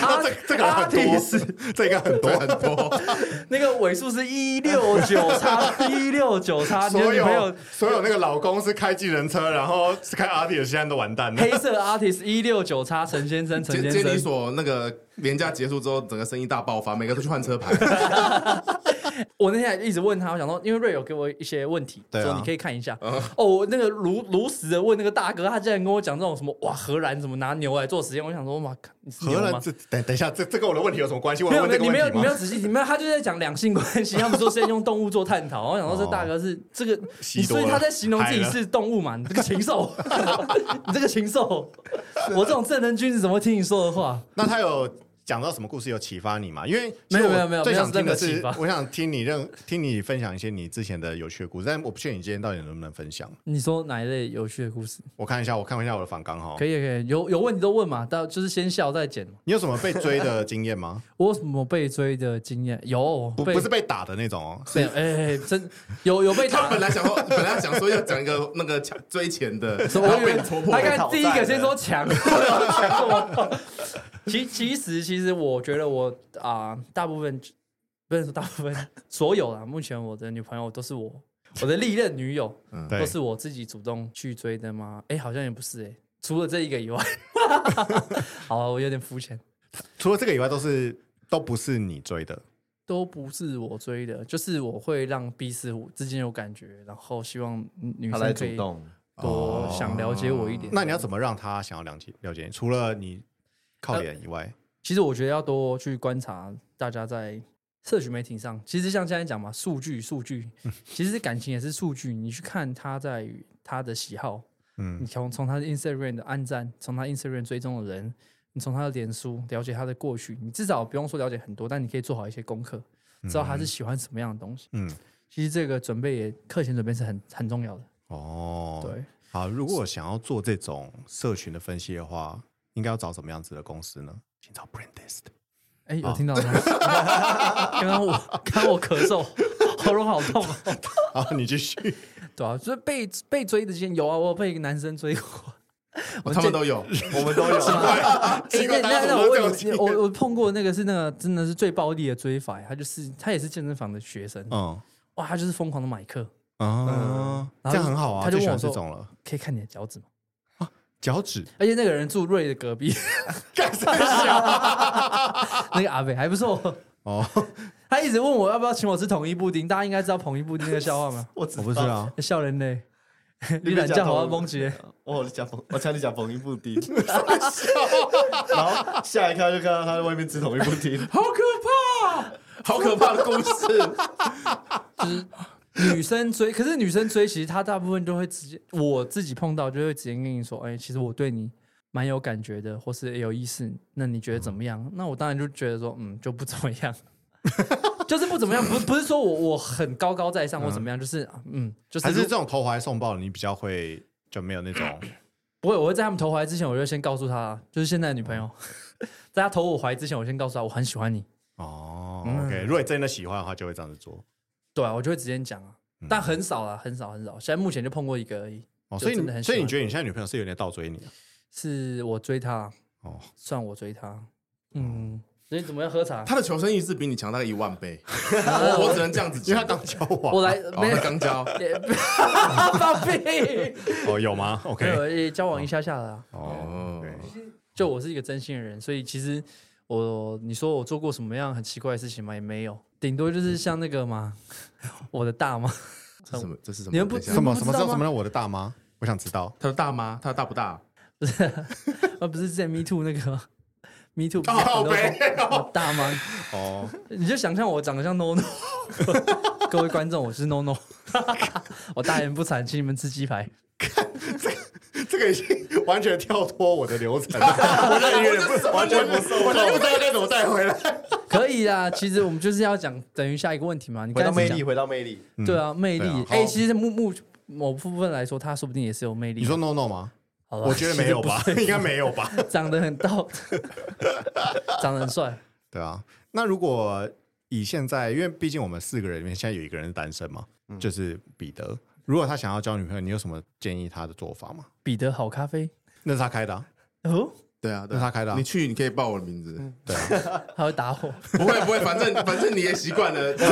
Speaker 2: 阿
Speaker 1: 这这个很
Speaker 2: 阿
Speaker 1: 多
Speaker 2: 提斯，
Speaker 1: 这个 很多很多，
Speaker 2: 那个尾数是一六九 叉一六九叉，你的
Speaker 1: 所
Speaker 2: 女朋友
Speaker 1: 有所有那个老公是开计程车，然后是开阿迪的，现在都完蛋了
Speaker 2: 黑。色 artist 一六九叉陈先生陈
Speaker 3: 监
Speaker 2: 先
Speaker 3: 监理
Speaker 2: 生，
Speaker 3: 所那个廉价结束之后，整个生意大爆发，每个都去换车牌。
Speaker 2: 我那天还一直问他，我想说，因为瑞有给我一些问题，
Speaker 1: 对啊
Speaker 2: 说你可以看一下。哦，我那个如如实的问那个大哥，他竟然跟我讲这种什么哇，荷兰怎么拿牛来做实验？我想说，哇，靠你是牛
Speaker 1: 荷
Speaker 2: 吗
Speaker 1: 兰？这等等一下，这这跟我的问题有什么关系？我
Speaker 2: 没
Speaker 1: 有
Speaker 2: 有
Speaker 1: 问
Speaker 2: 没有，
Speaker 1: 这个问
Speaker 2: 你没有
Speaker 1: 题
Speaker 2: 你没有
Speaker 1: 吗？
Speaker 2: 仔细听，没有，他就在讲两性关 系，他们说是用动物做探讨。我想说，这大哥是这个，
Speaker 1: 哦吸
Speaker 2: 你
Speaker 1: 多
Speaker 2: 所
Speaker 1: 了
Speaker 2: 以他在形容自己
Speaker 1: 嗨
Speaker 2: 是动物嘛？你这个禽 兽，你这个禽兽，
Speaker 1: 啊
Speaker 2: 我这种正人君子怎么会听你说的话？
Speaker 1: 那他有讲到什么故事有启发你吗？因为其
Speaker 2: 没有
Speaker 1: 实我
Speaker 2: 没有没有
Speaker 1: 最想听的
Speaker 2: 没有
Speaker 1: 是
Speaker 2: 任何启，发
Speaker 1: 我想听你认 听你分享一些你之前的有趣的故事，但我不确定你今天到底能不能分享。
Speaker 2: 你说哪一类有趣的故事？
Speaker 1: 我看一下，我看一下我的反纲哈
Speaker 2: 可。以可以，有有问题都问嘛，到就是先笑再剪嘛。
Speaker 1: 你有什么被追的经验 吗？
Speaker 2: 我有什么被追的经验？有，
Speaker 1: 不
Speaker 2: 被
Speaker 1: 不是被打的那种哦，
Speaker 2: 被哎、真有有 被
Speaker 3: 他
Speaker 2: 打
Speaker 3: 本。来想说，本来想说要讲一个那个抢追钱的，然
Speaker 2: 什么
Speaker 3: 后被你戳破
Speaker 2: 他
Speaker 3: 了。
Speaker 2: 刚才第一个先说强， 其其实其实我觉得我啊、大部分不是说大部分，所有啦，目前我的女朋友都是我，我的历任女友
Speaker 1: 对
Speaker 2: 都，是我自己主动去追的吗？哎、好像也不是哎、除了这一个以外， 好、啊，我有点肤浅，
Speaker 1: 除了这个以外，都是都不是你追的。
Speaker 2: 都不是我追的，就是我会让彼此之间有感觉，然后希望女
Speaker 4: 他
Speaker 2: 生
Speaker 4: 来
Speaker 2: 可
Speaker 4: 主
Speaker 2: 以
Speaker 4: 动，
Speaker 2: 多想了解我一
Speaker 3: 哦
Speaker 2: 点。
Speaker 1: 那你要怎么让他想要了解了解你？除了你靠脸以外，
Speaker 2: 其实我觉得要多去观察大家在社群媒体上，其实像现在讲嘛，数据数据，
Speaker 1: 嗯
Speaker 2: 其实感情也是数据。你去看他在于他的喜好，
Speaker 1: 嗯
Speaker 2: 你从从他的 Instagram 的暗赞，从他 Instagram 追踪的人，你从他的脸书了解他的过去，你至少不用说了解很多，但你可以做好一些功课。知道他是喜欢什么样的东西。
Speaker 1: 嗯，
Speaker 2: 其实这个准备也课前准备是很很重要的。
Speaker 1: 哦，
Speaker 2: 呃对，
Speaker 1: 好，如果想要做这种社群的分析的话，应该要找什么样子的公司呢？请找 Brandist。
Speaker 2: 哎，
Speaker 1: 哦
Speaker 2: 有听到吗？ 刚刚我刚刚我咳嗽，喉咙好痛啊。
Speaker 1: 好，你继续。
Speaker 2: 对啊，就是被被追的经验有啊，我有被一个男生追过。
Speaker 3: 哦他们都有，
Speaker 4: 我们都 有？
Speaker 2: 是吗？
Speaker 1: 啊
Speaker 2: 哎，
Speaker 1: 奇怪
Speaker 2: 那
Speaker 1: 大家
Speaker 2: 那
Speaker 1: 怎么
Speaker 2: 那
Speaker 1: 都这
Speaker 2: 我有
Speaker 1: 样经验
Speaker 2: 我我碰过那个是那个真的是最暴力的追法，欸他就是他也是健身房的学生，
Speaker 1: 嗯
Speaker 2: 哇，他就是疯狂的买课，
Speaker 1: 啊，
Speaker 2: 嗯然后
Speaker 1: 这样很好啊，
Speaker 2: 他就
Speaker 1: 最喜欢
Speaker 2: 问我
Speaker 1: 这
Speaker 2: 说
Speaker 1: 种了。
Speaker 2: 可以看你的脚趾吗？
Speaker 1: 脚趾
Speaker 2: 而且那个人住瑞的隔壁，
Speaker 1: 干啥笑？
Speaker 2: 那个阿北还不错，
Speaker 1: 哦，
Speaker 2: 他一直问我要不要请我吃统一布丁，大家应该知道统一布丁的笑话吗
Speaker 4: 我知
Speaker 1: 我不知
Speaker 4: 道，
Speaker 1: 道。
Speaker 2: 笑人嘞，你懒叫好啊，蒙杰，
Speaker 4: 我讲冯，我哦猜你讲冯一布 丁，然后下一刻就看到他在外面吃同一布 丁，
Speaker 3: 好可怕，好可怕的故事。
Speaker 2: 女生追， 可是女生追，其实她大部分都会直接，我自己碰到就会直接跟你说，哎、其实我对你蛮有感觉的，或是有意思，那你觉得怎么样？那我当然就觉得说，嗯，就不怎么样， 就是不怎么样，不不是说我我很高高在上或怎么样，就是嗯，就 是
Speaker 1: 还是
Speaker 2: 如
Speaker 1: 这种投怀送抱的，你比较会就没有那 种
Speaker 2: 不会，我会在他们投怀之前，我就先告诉他，就是现在的女朋友， 在他投我怀之前，我先告诉他我很喜欢你，
Speaker 1: 哦。OK，如果
Speaker 2: 嗯
Speaker 1: 真的喜欢的话，就会这样子做。
Speaker 2: 对啊，我就会直接讲啊，
Speaker 1: 嗯
Speaker 2: 但很少啊，很少很少，现在目前就碰过一个而已，
Speaker 1: 哦，
Speaker 2: 就
Speaker 1: 所以
Speaker 2: 真的
Speaker 1: 你
Speaker 2: 很
Speaker 1: 所以你
Speaker 2: 喜欢
Speaker 1: 觉得你现在女朋友是有点倒追你啊
Speaker 2: 是我追啊他。
Speaker 1: 哦？
Speaker 2: 算我追他。嗯，所以怎么样喝茶？
Speaker 3: 他的求生意志比你强大概一万倍，
Speaker 2: 啊
Speaker 3: 我我只能这样子
Speaker 1: 因
Speaker 3: 讲，
Speaker 1: 为他刚交往，
Speaker 2: 我来
Speaker 3: 哦
Speaker 2: 没有
Speaker 3: 他刚交，
Speaker 2: 也放屁，
Speaker 1: 哦有吗
Speaker 2: 没
Speaker 1: ？OK，
Speaker 2: 有也交往一下下了啊。
Speaker 1: 哦
Speaker 3: 哦，
Speaker 1: 对
Speaker 2: 就我是一个真心的人，所以其实我你说我做过什么样很奇怪的事情吗？也没有，顶多就是像那个嘛，我的大妈，
Speaker 3: 这是什么？这是什么？
Speaker 2: 你们不
Speaker 3: 等一下
Speaker 1: 什么
Speaker 2: 你
Speaker 1: 什
Speaker 2: 们
Speaker 1: 么什
Speaker 2: 不知道
Speaker 1: 么
Speaker 2: 吗
Speaker 1: 什么？我的大妈，我想知 道。
Speaker 3: 他的大妈，他的大不大？
Speaker 2: 啊不是之前 Me Too 那个吗 Me Too 不是很
Speaker 3: 靠
Speaker 2: 多
Speaker 3: 背
Speaker 2: 我大妈，
Speaker 1: 哦，
Speaker 2: 你就想象我长得像 No No，各位观众，我是 No No，我大言不惭，请你们吃鸡排。
Speaker 1: 这个已经完全跳脱我的流程了，我这有点不完全不受， 我都不知道该怎么带回来。
Speaker 2: 可以啦，其实我们就是要讲等于下一个问题嘛。你
Speaker 4: 回
Speaker 2: 刚
Speaker 4: 到
Speaker 2: 才
Speaker 4: 魅
Speaker 2: 只
Speaker 4: 力，
Speaker 2: 讲，
Speaker 4: 回到魅力，
Speaker 2: 对啊，魅力
Speaker 1: 对啊。
Speaker 2: 哎、
Speaker 1: 好
Speaker 2: 其实木木某部分来说，他说不定也是有魅力。
Speaker 1: 你说 no no 吗？
Speaker 2: 好吧，
Speaker 1: 我觉得没有吧， 应该没有吧。
Speaker 2: 长得很到， 长得很帅。
Speaker 1: 对啊，那如果以现在，因为毕竟我们四个人里面现在有一个人是单身嘛，就是彼得。如果他想要交女朋友，你有什么建议他的做法吗？
Speaker 2: 彼得好咖啡
Speaker 1: 那是他开的、啊，
Speaker 2: 哦，
Speaker 3: 对啊，对
Speaker 1: 那
Speaker 3: 啊
Speaker 1: 他开的啊
Speaker 3: 你去，你可以报我的名字。
Speaker 2: 他会打我。
Speaker 3: 不会不会，反正反正你也习惯了。 来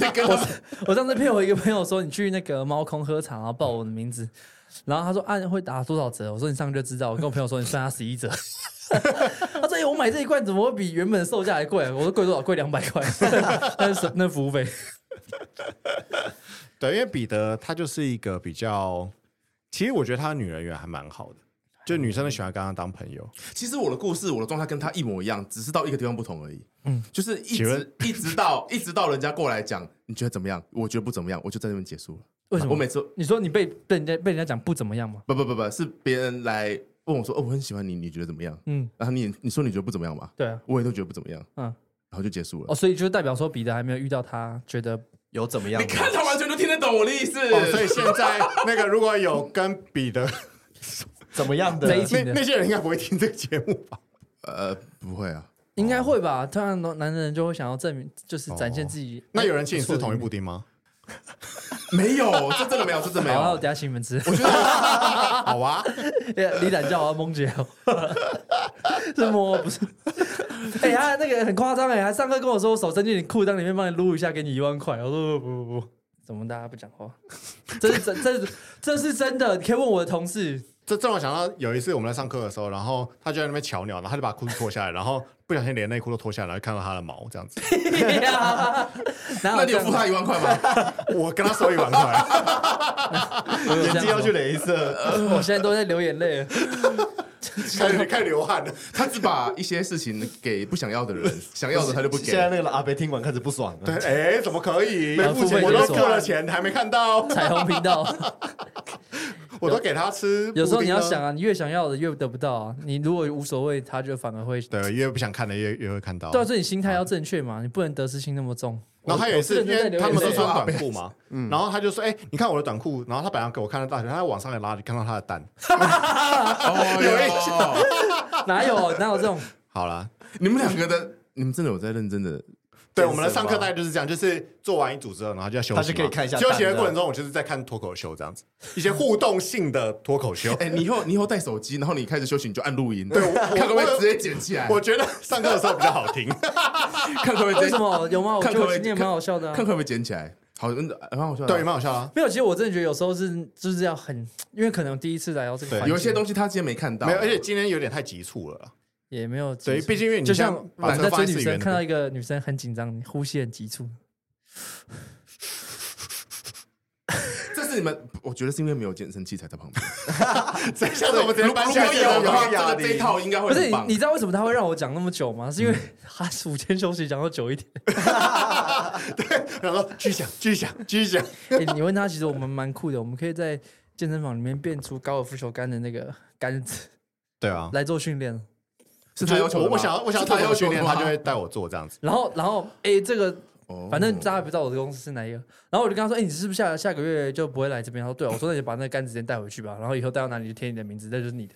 Speaker 3: 来跟他
Speaker 2: 我上次骗我一个朋友说，你去那个猫空喝茶，然后报我的名字，然后他说按、会打多少折？我说你上去就知道。我跟我朋友说你算他十一折。 他说：“哎、我买这一罐怎么会比原本的售价还贵？”我说：“贵多少？贵两百块。” 那是那服务费。
Speaker 1: 对，因为彼得他就是一个比较，其实我觉得他的女人缘还蛮好的，就女生都喜欢跟他当朋友。
Speaker 3: 其实我的故事，我的状态跟他一模一样，只是到一个地方不同而已。嗯
Speaker 2: 嗯，
Speaker 3: 就是一
Speaker 1: 请
Speaker 3: 直
Speaker 1: 问
Speaker 3: 一直到一直到人家过来讲，你觉得怎么样？我觉得不怎么样，我就在那边结束了。
Speaker 2: 为什么？
Speaker 3: 我每次
Speaker 2: 你说你被被人家被人家讲不怎么样吗？
Speaker 3: 不不不不是别人来问我说，哦，我很喜欢你，你觉得怎么样？
Speaker 2: 嗯，
Speaker 3: 然后你你说你觉得不怎么样吧？
Speaker 2: 对啊，
Speaker 3: 我也都觉得不怎么样，
Speaker 2: 嗯，
Speaker 3: 然后就结束了。
Speaker 2: 哦，所以就代表说彼得还没有遇到他觉得
Speaker 4: 有怎么样
Speaker 3: 你？看他完全都听得懂我的意思，
Speaker 1: 哦，所以现 在那个如果有跟彼得
Speaker 4: 怎么样的？
Speaker 2: 这一
Speaker 1: 那
Speaker 2: 集
Speaker 1: 那
Speaker 2: 的，
Speaker 1: 些人应该不会听这个节目吧？
Speaker 3: 呃不会啊，
Speaker 2: 应该会吧？突然男人就会想要证明，就是展现自己。
Speaker 1: 那有人请你吃
Speaker 2: 不错的
Speaker 1: 同一
Speaker 2: 一面
Speaker 1: 布丁吗？
Speaker 3: 没有，这真的没有，这哦真的没
Speaker 2: 好，那我
Speaker 3: 有。啊
Speaker 2: 等一下请你们吃。
Speaker 1: 好 啊，
Speaker 2: 李胆叫我要蒙姐 哦，是摸不是？ 哎、他那个很夸张哎，他上课跟我说我手伸进你裤裆里面帮你撸一下，给你一万块。我说不不不不，怎么大家不讲话？这是真，这是这是真的，你可以问我的同 事。
Speaker 1: 这这让我想到有一次我们在上课的时候，然后他就在那边瞧鸟，然后他就把裤子脱下来，然后不小心连内裤都脱下来，然后看到他的毛这样子。
Speaker 2: 哪
Speaker 3: 那
Speaker 2: 有这
Speaker 3: 你有
Speaker 2: 样
Speaker 3: 付他一万块吗？
Speaker 1: 我跟他收一万块，
Speaker 2: 我有这
Speaker 4: 眼
Speaker 2: 样
Speaker 4: 睛要去
Speaker 2: 吗
Speaker 4: 镭 射，
Speaker 2: 我现在都在流眼泪了。
Speaker 1: 开始开始流汗了。
Speaker 3: 他只把一些事情给不想要的人，想要的他就不给。
Speaker 4: 现在那个阿北听完开始不爽啊
Speaker 1: 对，
Speaker 4: 了，
Speaker 1: 哎，怎么可以？
Speaker 2: 没付钱
Speaker 1: 我都
Speaker 2: 就
Speaker 1: 付
Speaker 2: 走
Speaker 1: 了钱，还没看到。
Speaker 2: 彩虹频道，
Speaker 1: 我都给他吃布丁啊。
Speaker 2: 有时候你要想啊，你越想要的越得不到啊。你如果无所谓，他就反而 会。
Speaker 1: 对，越不想看的越越会看到。
Speaker 2: 对啊，所以你心态要正确嘛，你不能得失心那么重。
Speaker 1: 然后还有一次，
Speaker 2: 我
Speaker 1: 因
Speaker 2: 我
Speaker 1: 为他们都穿短
Speaker 3: 我
Speaker 1: 裤嘛，然后他就说：“哎，你看我的短裤。”然后他本来给我看到大学，他在往上一拉，就看到他的蛋。
Speaker 3: 哦， 有印象。
Speaker 2: 哪有哪有 这种？
Speaker 1: 好啦，
Speaker 3: 你们两个的，你们真的有在认真的
Speaker 1: 对
Speaker 4: 健身
Speaker 1: 我们的上课
Speaker 4: 吧
Speaker 1: 大概就是这样，就是做完一组之后，然后就要休息嘛。
Speaker 4: 他是可以看一下
Speaker 1: 休
Speaker 4: 蛋
Speaker 1: 息的
Speaker 4: 的
Speaker 1: 过程中，我就是在看脱口秀这样子，一些互动性的脱口秀。
Speaker 3: 哎、你以后你以后带手机，然后你开始休息，你就按录音，
Speaker 1: 对我我
Speaker 3: 看可不可以直接捡起来，
Speaker 1: 我觉得上课的时候比较好听。
Speaker 3: 看可不可以
Speaker 2: 为
Speaker 3: 直
Speaker 2: 什
Speaker 3: 接，
Speaker 2: 么有吗？我觉
Speaker 3: 看
Speaker 2: 得
Speaker 3: 可不
Speaker 2: 我
Speaker 3: 可以
Speaker 2: 今天蛮好笑的、
Speaker 3: 看
Speaker 2: 啊
Speaker 3: 可。不可以捡起来，好，嗯蛮好笑的。
Speaker 1: 对，蛮好笑啊。
Speaker 2: 没有，其实我真的觉得有时候是就是要很，因为可能第一次来到这个
Speaker 1: 对
Speaker 2: 环境，
Speaker 3: 有一些东西他今天没看到，
Speaker 1: 没有，而且今天有点太急促了啦。
Speaker 2: 也没有。
Speaker 1: 对，毕竟因为你
Speaker 2: 就
Speaker 1: 现在
Speaker 2: 像我
Speaker 1: 把
Speaker 2: 们
Speaker 1: 车
Speaker 2: 在
Speaker 1: 放
Speaker 2: 追
Speaker 1: 在
Speaker 2: 女
Speaker 1: 四元
Speaker 2: 生，
Speaker 1: 的
Speaker 2: 看到一个女生很紧张，呼吸很急促，
Speaker 3: 这是你们，我觉得是因为没有健身器材在旁边。
Speaker 1: 这下次我们直接搬下去
Speaker 3: 如果有的
Speaker 1: 了。
Speaker 3: 话，
Speaker 4: 有
Speaker 3: 这
Speaker 4: 压
Speaker 3: 个
Speaker 4: 力
Speaker 3: 这一套应该会
Speaker 2: 不是
Speaker 3: 很
Speaker 2: 你
Speaker 3: 棒。嗯
Speaker 2: 你知道为什么他会让我讲那么久吗？是因为他午间休息讲到久一点。
Speaker 1: 然后 继续讲，继续讲，继续讲。
Speaker 2: 欸你问他，其实我们蛮酷的，我们可以在健身房里面变出高尔夫球杆的那个杆子
Speaker 1: 对啊，
Speaker 2: 来做训练。
Speaker 3: 是他要求的
Speaker 1: 我
Speaker 3: 吗
Speaker 1: 我想要我想要
Speaker 3: 是他
Speaker 1: 他
Speaker 3: 要
Speaker 1: 要
Speaker 3: 求
Speaker 1: 训
Speaker 3: 的
Speaker 1: 练，
Speaker 3: 吗
Speaker 1: 他就会带我做这样 子。
Speaker 2: 然后，然后，哎、这个
Speaker 3: 哦
Speaker 2: 反正大家也不知道我的公司是哪一个。然后我就跟他说：“哎、你是不是下下个月就不会来这边？”他说：“对啊。”我说：“那你就把那个杆子先带回去吧。然后以后带到哪里就贴你的名字，那就是你的。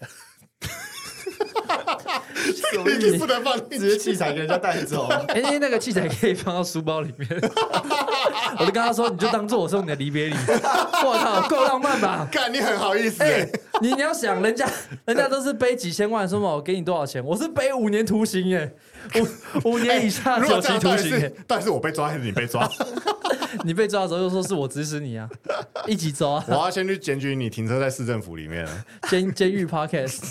Speaker 1: 你不能放进
Speaker 4: 直接
Speaker 1: 去。
Speaker 4: 器材给人家带 走，
Speaker 2: 哎，因为那个器材可以放到书包里面。 我就跟他说：“你就当做我送你的离别礼。” 我靠，够浪漫吧？
Speaker 1: 干，你很好意思、
Speaker 2: 哎、
Speaker 1: 欸。
Speaker 2: 你你要想，人家人家都是背几千万，说嘛我给你多少钱？我是背五年徒刑耶，五五年以哎下
Speaker 1: 哎如
Speaker 2: 有
Speaker 1: 果这
Speaker 2: 期
Speaker 1: 样
Speaker 2: 徒
Speaker 1: 到底
Speaker 2: 刑
Speaker 1: 是
Speaker 2: 耶。
Speaker 1: 到底是我被抓还是你被抓？
Speaker 2: 你被抓的时候就说是我指使你啊，一起走啊
Speaker 1: 我，要先去检举你停车在市政府里面了。
Speaker 2: 监监狱 podcast。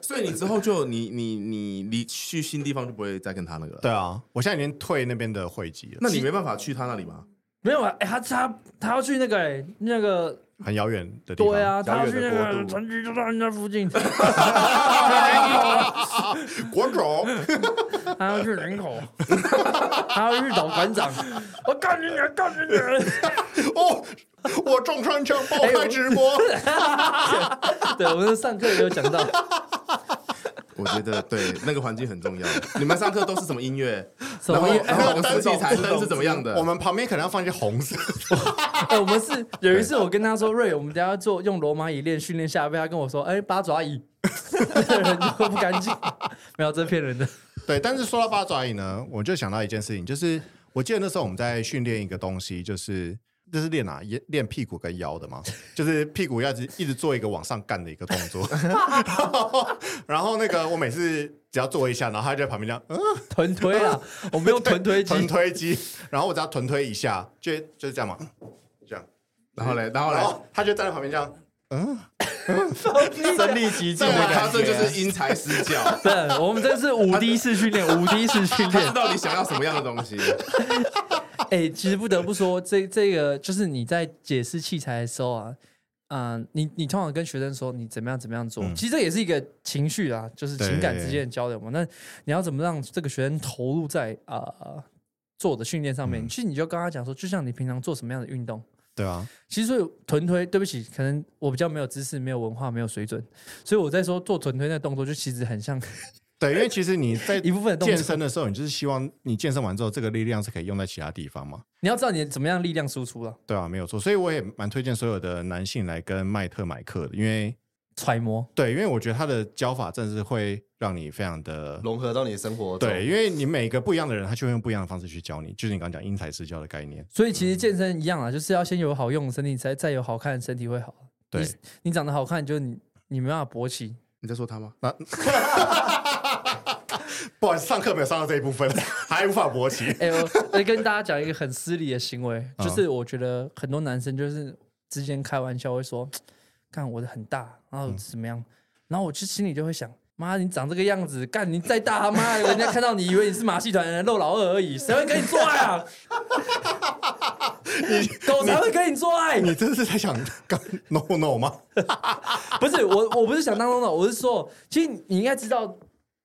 Speaker 3: 所以你之后就你你你你去新地方就不会再跟他那个了。
Speaker 1: 对啊，我现在已经退那边的会籍了，
Speaker 3: 那你没办法去他那里吗？
Speaker 2: 没有啊，哎、他他他要去那个、哎那个，
Speaker 1: 很遥远的地方。
Speaker 2: 对，啊，他
Speaker 4: 遥
Speaker 2: 要
Speaker 4: 远
Speaker 2: 去
Speaker 4: 的
Speaker 2: 那
Speaker 4: 国
Speaker 2: 个
Speaker 4: 度
Speaker 2: 船局，就到人家附近，
Speaker 1: 国 狗。
Speaker 2: 他要去人口，他要去找馆长。我告诉你，告诉你，
Speaker 1: 哦，我中川枪爆开直播，
Speaker 2: 对，我们上课也有讲到，
Speaker 3: 我觉得对那个环境很重要。你们上课都是什么音乐？
Speaker 2: 什
Speaker 3: 然
Speaker 2: 么哎
Speaker 3: 后
Speaker 2: 音乐
Speaker 3: 然后 我
Speaker 1: 灯
Speaker 3: 设计材
Speaker 1: 灯
Speaker 3: 灯是怎么样的？
Speaker 1: 我们旁边可能要放一些红色。
Speaker 2: 哎、我们是有一次我跟他说，瑞，我们等一下做用罗马椅练训练下背，他跟我说，哎、八爪椅， 这个人就不干净，没有这骗人的。
Speaker 1: 对，但是说到八爪椅呢，我就想到一件事情，就是我记得那时候我们在训练一个东西，就是这是练哪？也练屁股跟腰 的嘛，就是屁股要一直一直做一个往上干的一个动 作。 然后，然后那个我每次只要做一下，然后他就在旁边这样，嗯，
Speaker 2: 臀推啊，我们用臀 推机，
Speaker 1: 臀推肌，然后我只要臀推一下，就就是这样嘛，这样，
Speaker 3: 然后嘞，然后嘞
Speaker 1: 然，后他就站在旁边这样。
Speaker 4: 身临其境
Speaker 3: 这
Speaker 4: 的
Speaker 3: 个
Speaker 4: 感
Speaker 3: 他这
Speaker 4: 觉，
Speaker 3: 就是因材施教，
Speaker 1: 啊
Speaker 2: 对，我们这是五 D 式训练，五 D 式训
Speaker 3: 他知
Speaker 2: 练。
Speaker 3: 道你想要什么样的东西。
Speaker 2: 哎、其实不得不说，这这个就是你在解释器材的时候啊，嗯、你你通常跟学生说你怎么样怎么样做，
Speaker 1: 嗯
Speaker 2: 其实这也是一个情绪啊，就是情感
Speaker 1: 对
Speaker 2: 之间的交流嘛。那你要怎么让这个学生投入在呃做的训练上面？
Speaker 1: 嗯
Speaker 2: 其实你就跟他讲说，就像你平常做什么样的运动。
Speaker 1: 对啊，
Speaker 2: 其实所以臀推，对不起，可能我比较没有知识、没有文化、没有水准，所以我在说做臀推那个动作，就其实很像
Speaker 1: 对，因为其实 你在
Speaker 2: 一部分的动
Speaker 1: 健
Speaker 2: 作。
Speaker 1: 身的时候，你就是希望你健身完之后，这个力量是可以用在其他地方嘛。
Speaker 2: 你要知道你怎么样力量输出啊，
Speaker 1: 对啊，没有错，所以我也蛮推荐所有的男性来跟麦特买课的，因为
Speaker 2: 揣摩。
Speaker 1: 对，因为我觉得他的教法真的是会让你非常的
Speaker 4: 融合到你的生活中。
Speaker 1: 对，因为你每个不一样的人，他就会用不一样的方式去教你，就是你刚刚讲因材施教的概念。
Speaker 2: 所以其实健身一样啊，就是要先有好用的身体，才再有好看的身体会好。
Speaker 1: 对
Speaker 2: 你，你长得好看，就你你没办法勃起。
Speaker 3: 你在说他吗？
Speaker 1: 不好意思，上课没有上到这一部 分，还无法勃起。
Speaker 2: 哎、我我跟大家讲一个很失礼的行为， 就是我觉得很多男生就是之间开玩笑会说，干我的很大，然后怎么样，然后我就心里就会想。妈，你长这个样子，干你再大他妈，人家看到你以为你是马戏团的肉老二而已，谁会跟你做爱啊？狗才会跟你做爱，
Speaker 1: 你这是在想刚 no no 吗？
Speaker 2: 不是我，我不是想当中的，我是说，其实你应该知道，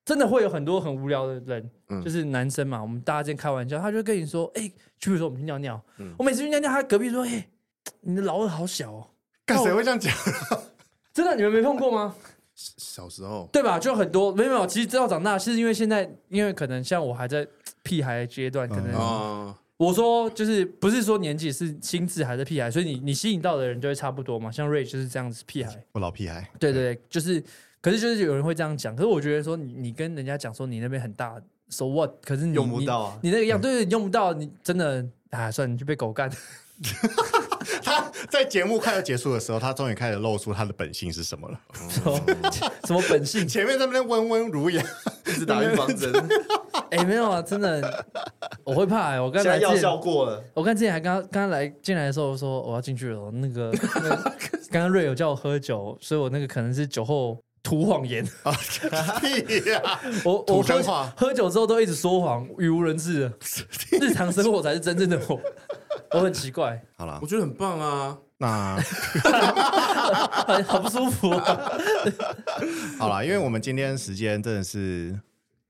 Speaker 2: 真的会有很多很无聊的人，就是男生嘛，我们大家之间开玩笑，他就跟你嗯说，哎、就比如说我们去尿尿，我每次去尿尿，他隔壁说，哎、你的老二好小哦，
Speaker 1: 干谁会这样讲？
Speaker 2: 真的你们没碰过吗？
Speaker 3: 小时候，
Speaker 2: 对吧？就很多没有没有，其实直到长大，是因为现在，因为可能像我还在屁孩阶段，可能、
Speaker 4: 嗯
Speaker 3: 哦，
Speaker 2: 我说就是不是说年纪是心智还是屁孩，所以你你吸引到的人就会差不多嘛。像瑞就是这样子屁孩，
Speaker 1: 我老屁孩，
Speaker 2: 对对对，就是，可是就是有人会这样讲，可是我觉得说你你跟人家讲说你那边很大，so what？可是你
Speaker 4: 用不到啊
Speaker 2: 你，你那个样，对对，你用不到，你真的啊，算了，你就被狗干。
Speaker 4: 嗯
Speaker 1: 他在节目快要结束的时候，他终于开始露出他的本性是什么了。
Speaker 2: 什么什么本性？
Speaker 1: 前面在那边温温儒雅，
Speaker 4: 一直打预防针，
Speaker 2: 哎、没有啊，真的，我会怕、欸。我刚
Speaker 4: 现在
Speaker 2: 才
Speaker 4: 药
Speaker 2: 之
Speaker 4: 效
Speaker 2: 前，
Speaker 4: 过了，
Speaker 2: 我刚之前还刚刚来进来的时候说我要进去了，那个那 个刚刚瑞友叫我喝酒，所以我那个可能是酒后吐谎言。
Speaker 1: 屁呀！
Speaker 2: 我
Speaker 1: 土
Speaker 2: 我
Speaker 1: 生
Speaker 2: 喝
Speaker 1: 话
Speaker 2: 喝酒之后都一直说谎，语无伦次 的。日常生活才是真正的我，我很奇怪，
Speaker 1: 好了
Speaker 3: 我，觉得很棒啊。
Speaker 1: 那
Speaker 2: 很好不舒服、啊
Speaker 1: 好了，因为我们今天时间真的是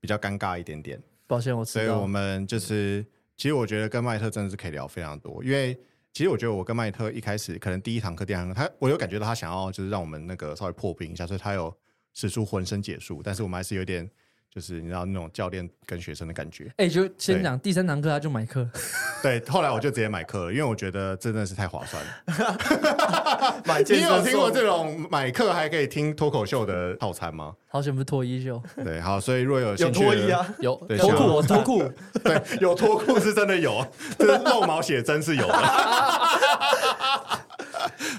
Speaker 1: 比较尴尬一点点，
Speaker 2: 抱歉，我
Speaker 1: 所
Speaker 2: 迟
Speaker 1: 以
Speaker 2: 到。
Speaker 1: 我们就是，其实我觉得跟麦特真的是可以聊非常多，因为其实我觉得我跟麦特一开始可能第一堂课、第二堂课，他我有感觉到他想要就是让我们那个稍微破冰一下，所以他有使出浑身解数，但是我们还是有点就是你知道那种教练跟学生的感觉。
Speaker 2: 哎、就先讲第三堂课，他就买课，
Speaker 1: 对，后来我就直接买课了，因为我觉得真的是太划算了。
Speaker 4: 买 健
Speaker 1: 你
Speaker 4: 身
Speaker 1: 有听过
Speaker 4: 送
Speaker 1: 这种买课还可以听脱口秀的套餐吗？
Speaker 2: 好险不是脱衣秀，
Speaker 1: 对，好，所以若有
Speaker 4: 有
Speaker 1: 兴趣
Speaker 4: 脱
Speaker 1: 的，
Speaker 4: 衣啊？
Speaker 2: 有
Speaker 1: 对
Speaker 2: 脱裤，
Speaker 1: 像
Speaker 2: 我脱裤，
Speaker 1: 对，有脱裤是真的有，啊就是露毛写真是有的。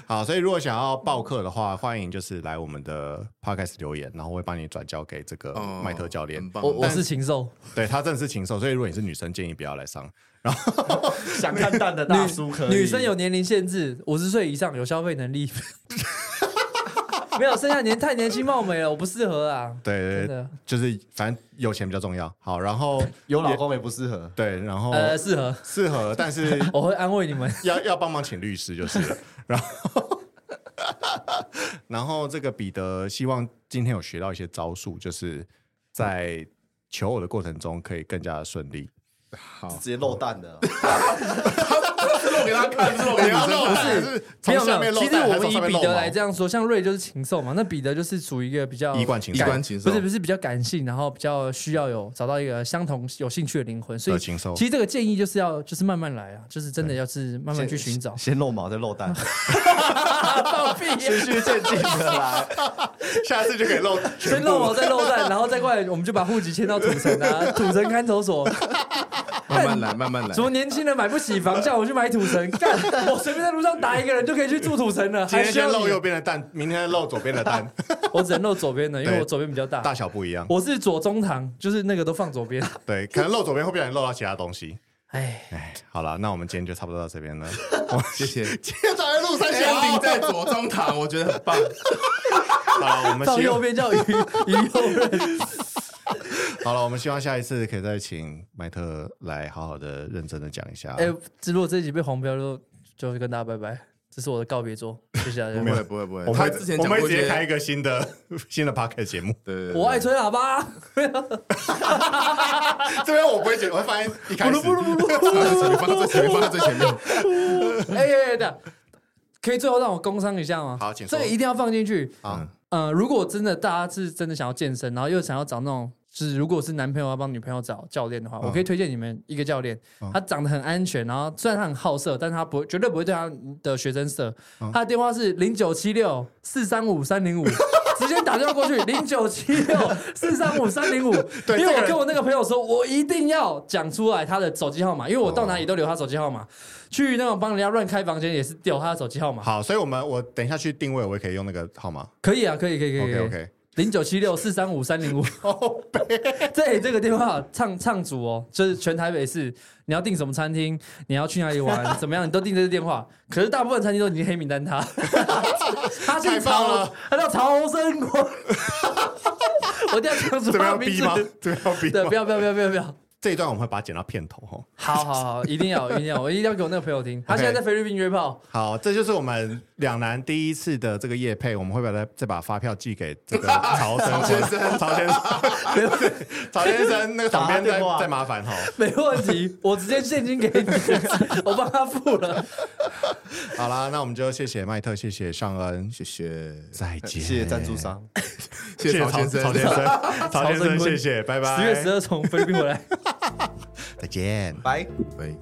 Speaker 1: 好，所以如果想要报课的话，欢迎就是来我们的 podcast 留言，然后我会帮你转交给这个
Speaker 3: 哦
Speaker 1: 麦特教练。
Speaker 4: 嗯
Speaker 3: 很棒
Speaker 2: 我我是禽兽，
Speaker 1: 对他真的是禽兽，所以如果你是女生，建议不要来上。
Speaker 4: 想看蛋的大叔可以，
Speaker 2: 女生有年龄限制，五十岁以上有消费能力。 没有，剩下年太年轻貌美了，我不适合啊。
Speaker 1: 对
Speaker 2: 真
Speaker 1: 对
Speaker 2: 的，
Speaker 1: 就是反正有钱比较重要。好，然后
Speaker 4: 有老公也不适合，
Speaker 1: 对，然后
Speaker 2: 呃，适合，
Speaker 1: 适合，但是
Speaker 2: 我会安慰你们。
Speaker 1: 要要帮忙请律师就是了。然后，然后这个彼得希望今天有学到一些招数，就是在求偶的过程中可以更加的顺利。
Speaker 3: 好
Speaker 4: 直接漏蛋的啊，
Speaker 3: 露给他看，露给他 看，
Speaker 1: 是
Speaker 2: 没
Speaker 1: 从
Speaker 2: 有没
Speaker 1: 下面
Speaker 2: 有，
Speaker 1: 漏
Speaker 2: 其实
Speaker 1: 蛋
Speaker 2: 我
Speaker 1: 还是从
Speaker 2: 们以
Speaker 1: 上面
Speaker 2: 彼
Speaker 1: 漏
Speaker 2: 得来这
Speaker 1: 毛？
Speaker 2: 样说，像瑞就是禽兽嘛，那彼得就是属于一个比较
Speaker 1: 一贯禽
Speaker 3: 一
Speaker 1: 兽
Speaker 3: 关禽兽，
Speaker 2: 不是不是比较感性，然后比较需要有找到一个相同有兴趣的灵魂，所
Speaker 1: 的
Speaker 2: 以
Speaker 1: 禽兽
Speaker 2: 其，实这个建议就是要就是慢慢来啊，就是真的要是慢慢去寻找。
Speaker 4: 先漏毛再漏 蛋，
Speaker 2: 放屁啊！
Speaker 4: 循序渐进的来。
Speaker 1: 下次就可以漏。
Speaker 2: 先漏毛，再漏蛋，然后再过来，我们就把户籍迁到土城啊，土城看守所。
Speaker 3: 慢慢来，慢慢来
Speaker 2: 什。么年轻人买不起房，叫我去买土城，干！我随便在路上打一个人就可以去住土城了，
Speaker 1: 今
Speaker 2: 还
Speaker 1: 天
Speaker 2: 需
Speaker 1: 先
Speaker 2: 要
Speaker 1: 漏
Speaker 2: 你
Speaker 1: 右边的蛋，明天漏左边的 蛋，
Speaker 2: 我只能漏左边的，因为
Speaker 1: 对
Speaker 2: 我左边比较
Speaker 1: 大
Speaker 2: 大。
Speaker 1: 小不一样。
Speaker 2: 我是左中堂，就是那个都放左边。
Speaker 1: 对，可能漏左边会不小心漏到其他东西。
Speaker 2: 哎，
Speaker 1: 哎，好了，那我们今天就差不多到这边了。
Speaker 3: 谢谢。
Speaker 1: 今天早上录三小，
Speaker 3: ending 在左中堂，我觉得很棒。
Speaker 1: 好了，我 们
Speaker 2: 放
Speaker 1: 希
Speaker 2: 右
Speaker 1: 望
Speaker 2: 边叫鱼鱼右任，
Speaker 1: 好了，我们希望下一次可以再请麦特来好好的、认真的讲一下。
Speaker 2: 哎，这如果这一集被黄标，就就跟大家拜拜。这是我的告别桌，谢谢大
Speaker 3: 不
Speaker 2: 家。
Speaker 3: 会不会不会，
Speaker 1: 我们
Speaker 3: 他
Speaker 1: 会
Speaker 3: 之前
Speaker 1: 我
Speaker 3: 讲
Speaker 1: 们
Speaker 3: 过
Speaker 1: 会
Speaker 3: 一
Speaker 1: 直接
Speaker 3: 些，
Speaker 1: 开一个新的 新的 p o c k e t 节目。
Speaker 3: 对对对
Speaker 2: 我爱吹喇叭。
Speaker 1: 这边我不会剪，我会放在一开始。
Speaker 3: 对放在最前面，放在最前面。
Speaker 2: 哎哎哎，等一下，可以最后让我工商一下吗？
Speaker 1: 好请说
Speaker 2: 这个一定要放进去。
Speaker 1: 啊，
Speaker 2: 呃，如果真的大家是真的想要健身，然后又想要找那种，就是如果是男朋友要帮女朋友找教练的话，我
Speaker 1: 嗯
Speaker 2: 可以推荐你们一个教练，他长得很安全，然后虽然他很好色，但他不会绝对不会对他的学生色。
Speaker 1: 嗯
Speaker 2: 他的电话是零九七六四三五三零五。直接打电话过去，零九七六四三五三零五。
Speaker 1: 对
Speaker 2: 因
Speaker 1: 这个
Speaker 2: 为我
Speaker 1: 人
Speaker 2: 跟我那个朋友说，我一定要讲出来他的手机号码，因为我到
Speaker 1: 哦
Speaker 2: 哪里都留他手机号码。去那种帮人家乱开房间也是丢他的手机号码。
Speaker 1: 好，所以我们我等一下去定位，我也可以用那个号码。
Speaker 2: 可以啊，可以，可以，可以。可以
Speaker 1: OK OK，
Speaker 2: 零九七六四三五 三零五。 对，这个电话唱唱主哦，就是全台北市，你要订什么餐厅，你要去哪里 玩，怎么样，你都订这个电话。可是大部分餐厅都已经黑名单他，他
Speaker 1: 太
Speaker 2: 姓
Speaker 1: 棒
Speaker 2: 曹
Speaker 1: 了，
Speaker 2: 他叫曹生 国。我一定要唱出
Speaker 1: 这边
Speaker 2: 他
Speaker 1: 要
Speaker 2: 名
Speaker 1: 逼
Speaker 2: 字
Speaker 1: 吗。？这边要逼
Speaker 2: 对，不
Speaker 1: 吗？
Speaker 2: 要不要不要不要不要。
Speaker 1: 这一段我们会把它剪到片头哦。
Speaker 2: 好好好，一定要一定 要，我一定要给我那个朋友听，他现在在菲律宾约炮，
Speaker 1: 好，这就是我们两男第一次的这个夜配，我们会把它再把发票寄给 这个曹生曹先生，曹先生，曹先生，那个场边
Speaker 4: 打
Speaker 1: 再
Speaker 4: 电话
Speaker 1: 再麻烦哈。
Speaker 2: 没问题，我直接现金给你，我帮他付了。
Speaker 1: 好啦，那我们就谢谢麦特，谢谢尚恩，
Speaker 3: 谢谢，
Speaker 1: 再见，
Speaker 4: 谢谢赞助，商。
Speaker 3: 谢
Speaker 1: 谢
Speaker 3: 谢
Speaker 1: 谢
Speaker 3: 曹
Speaker 1: 曹
Speaker 3: 先生，
Speaker 1: 曹先生， 曹先
Speaker 2: 曹
Speaker 1: 生，
Speaker 2: 先生
Speaker 1: 谢谢，拜拜，
Speaker 2: 十月十二从菲律宾回来。
Speaker 1: 再见。
Speaker 4: 拜。
Speaker 3: 喂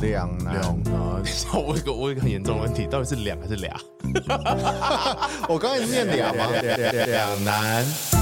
Speaker 1: 两
Speaker 3: 两
Speaker 1: 难，
Speaker 3: 啊，我有一个我有一个很严重的问题，到底是两还是俩？
Speaker 1: 我刚才念两吗？两难。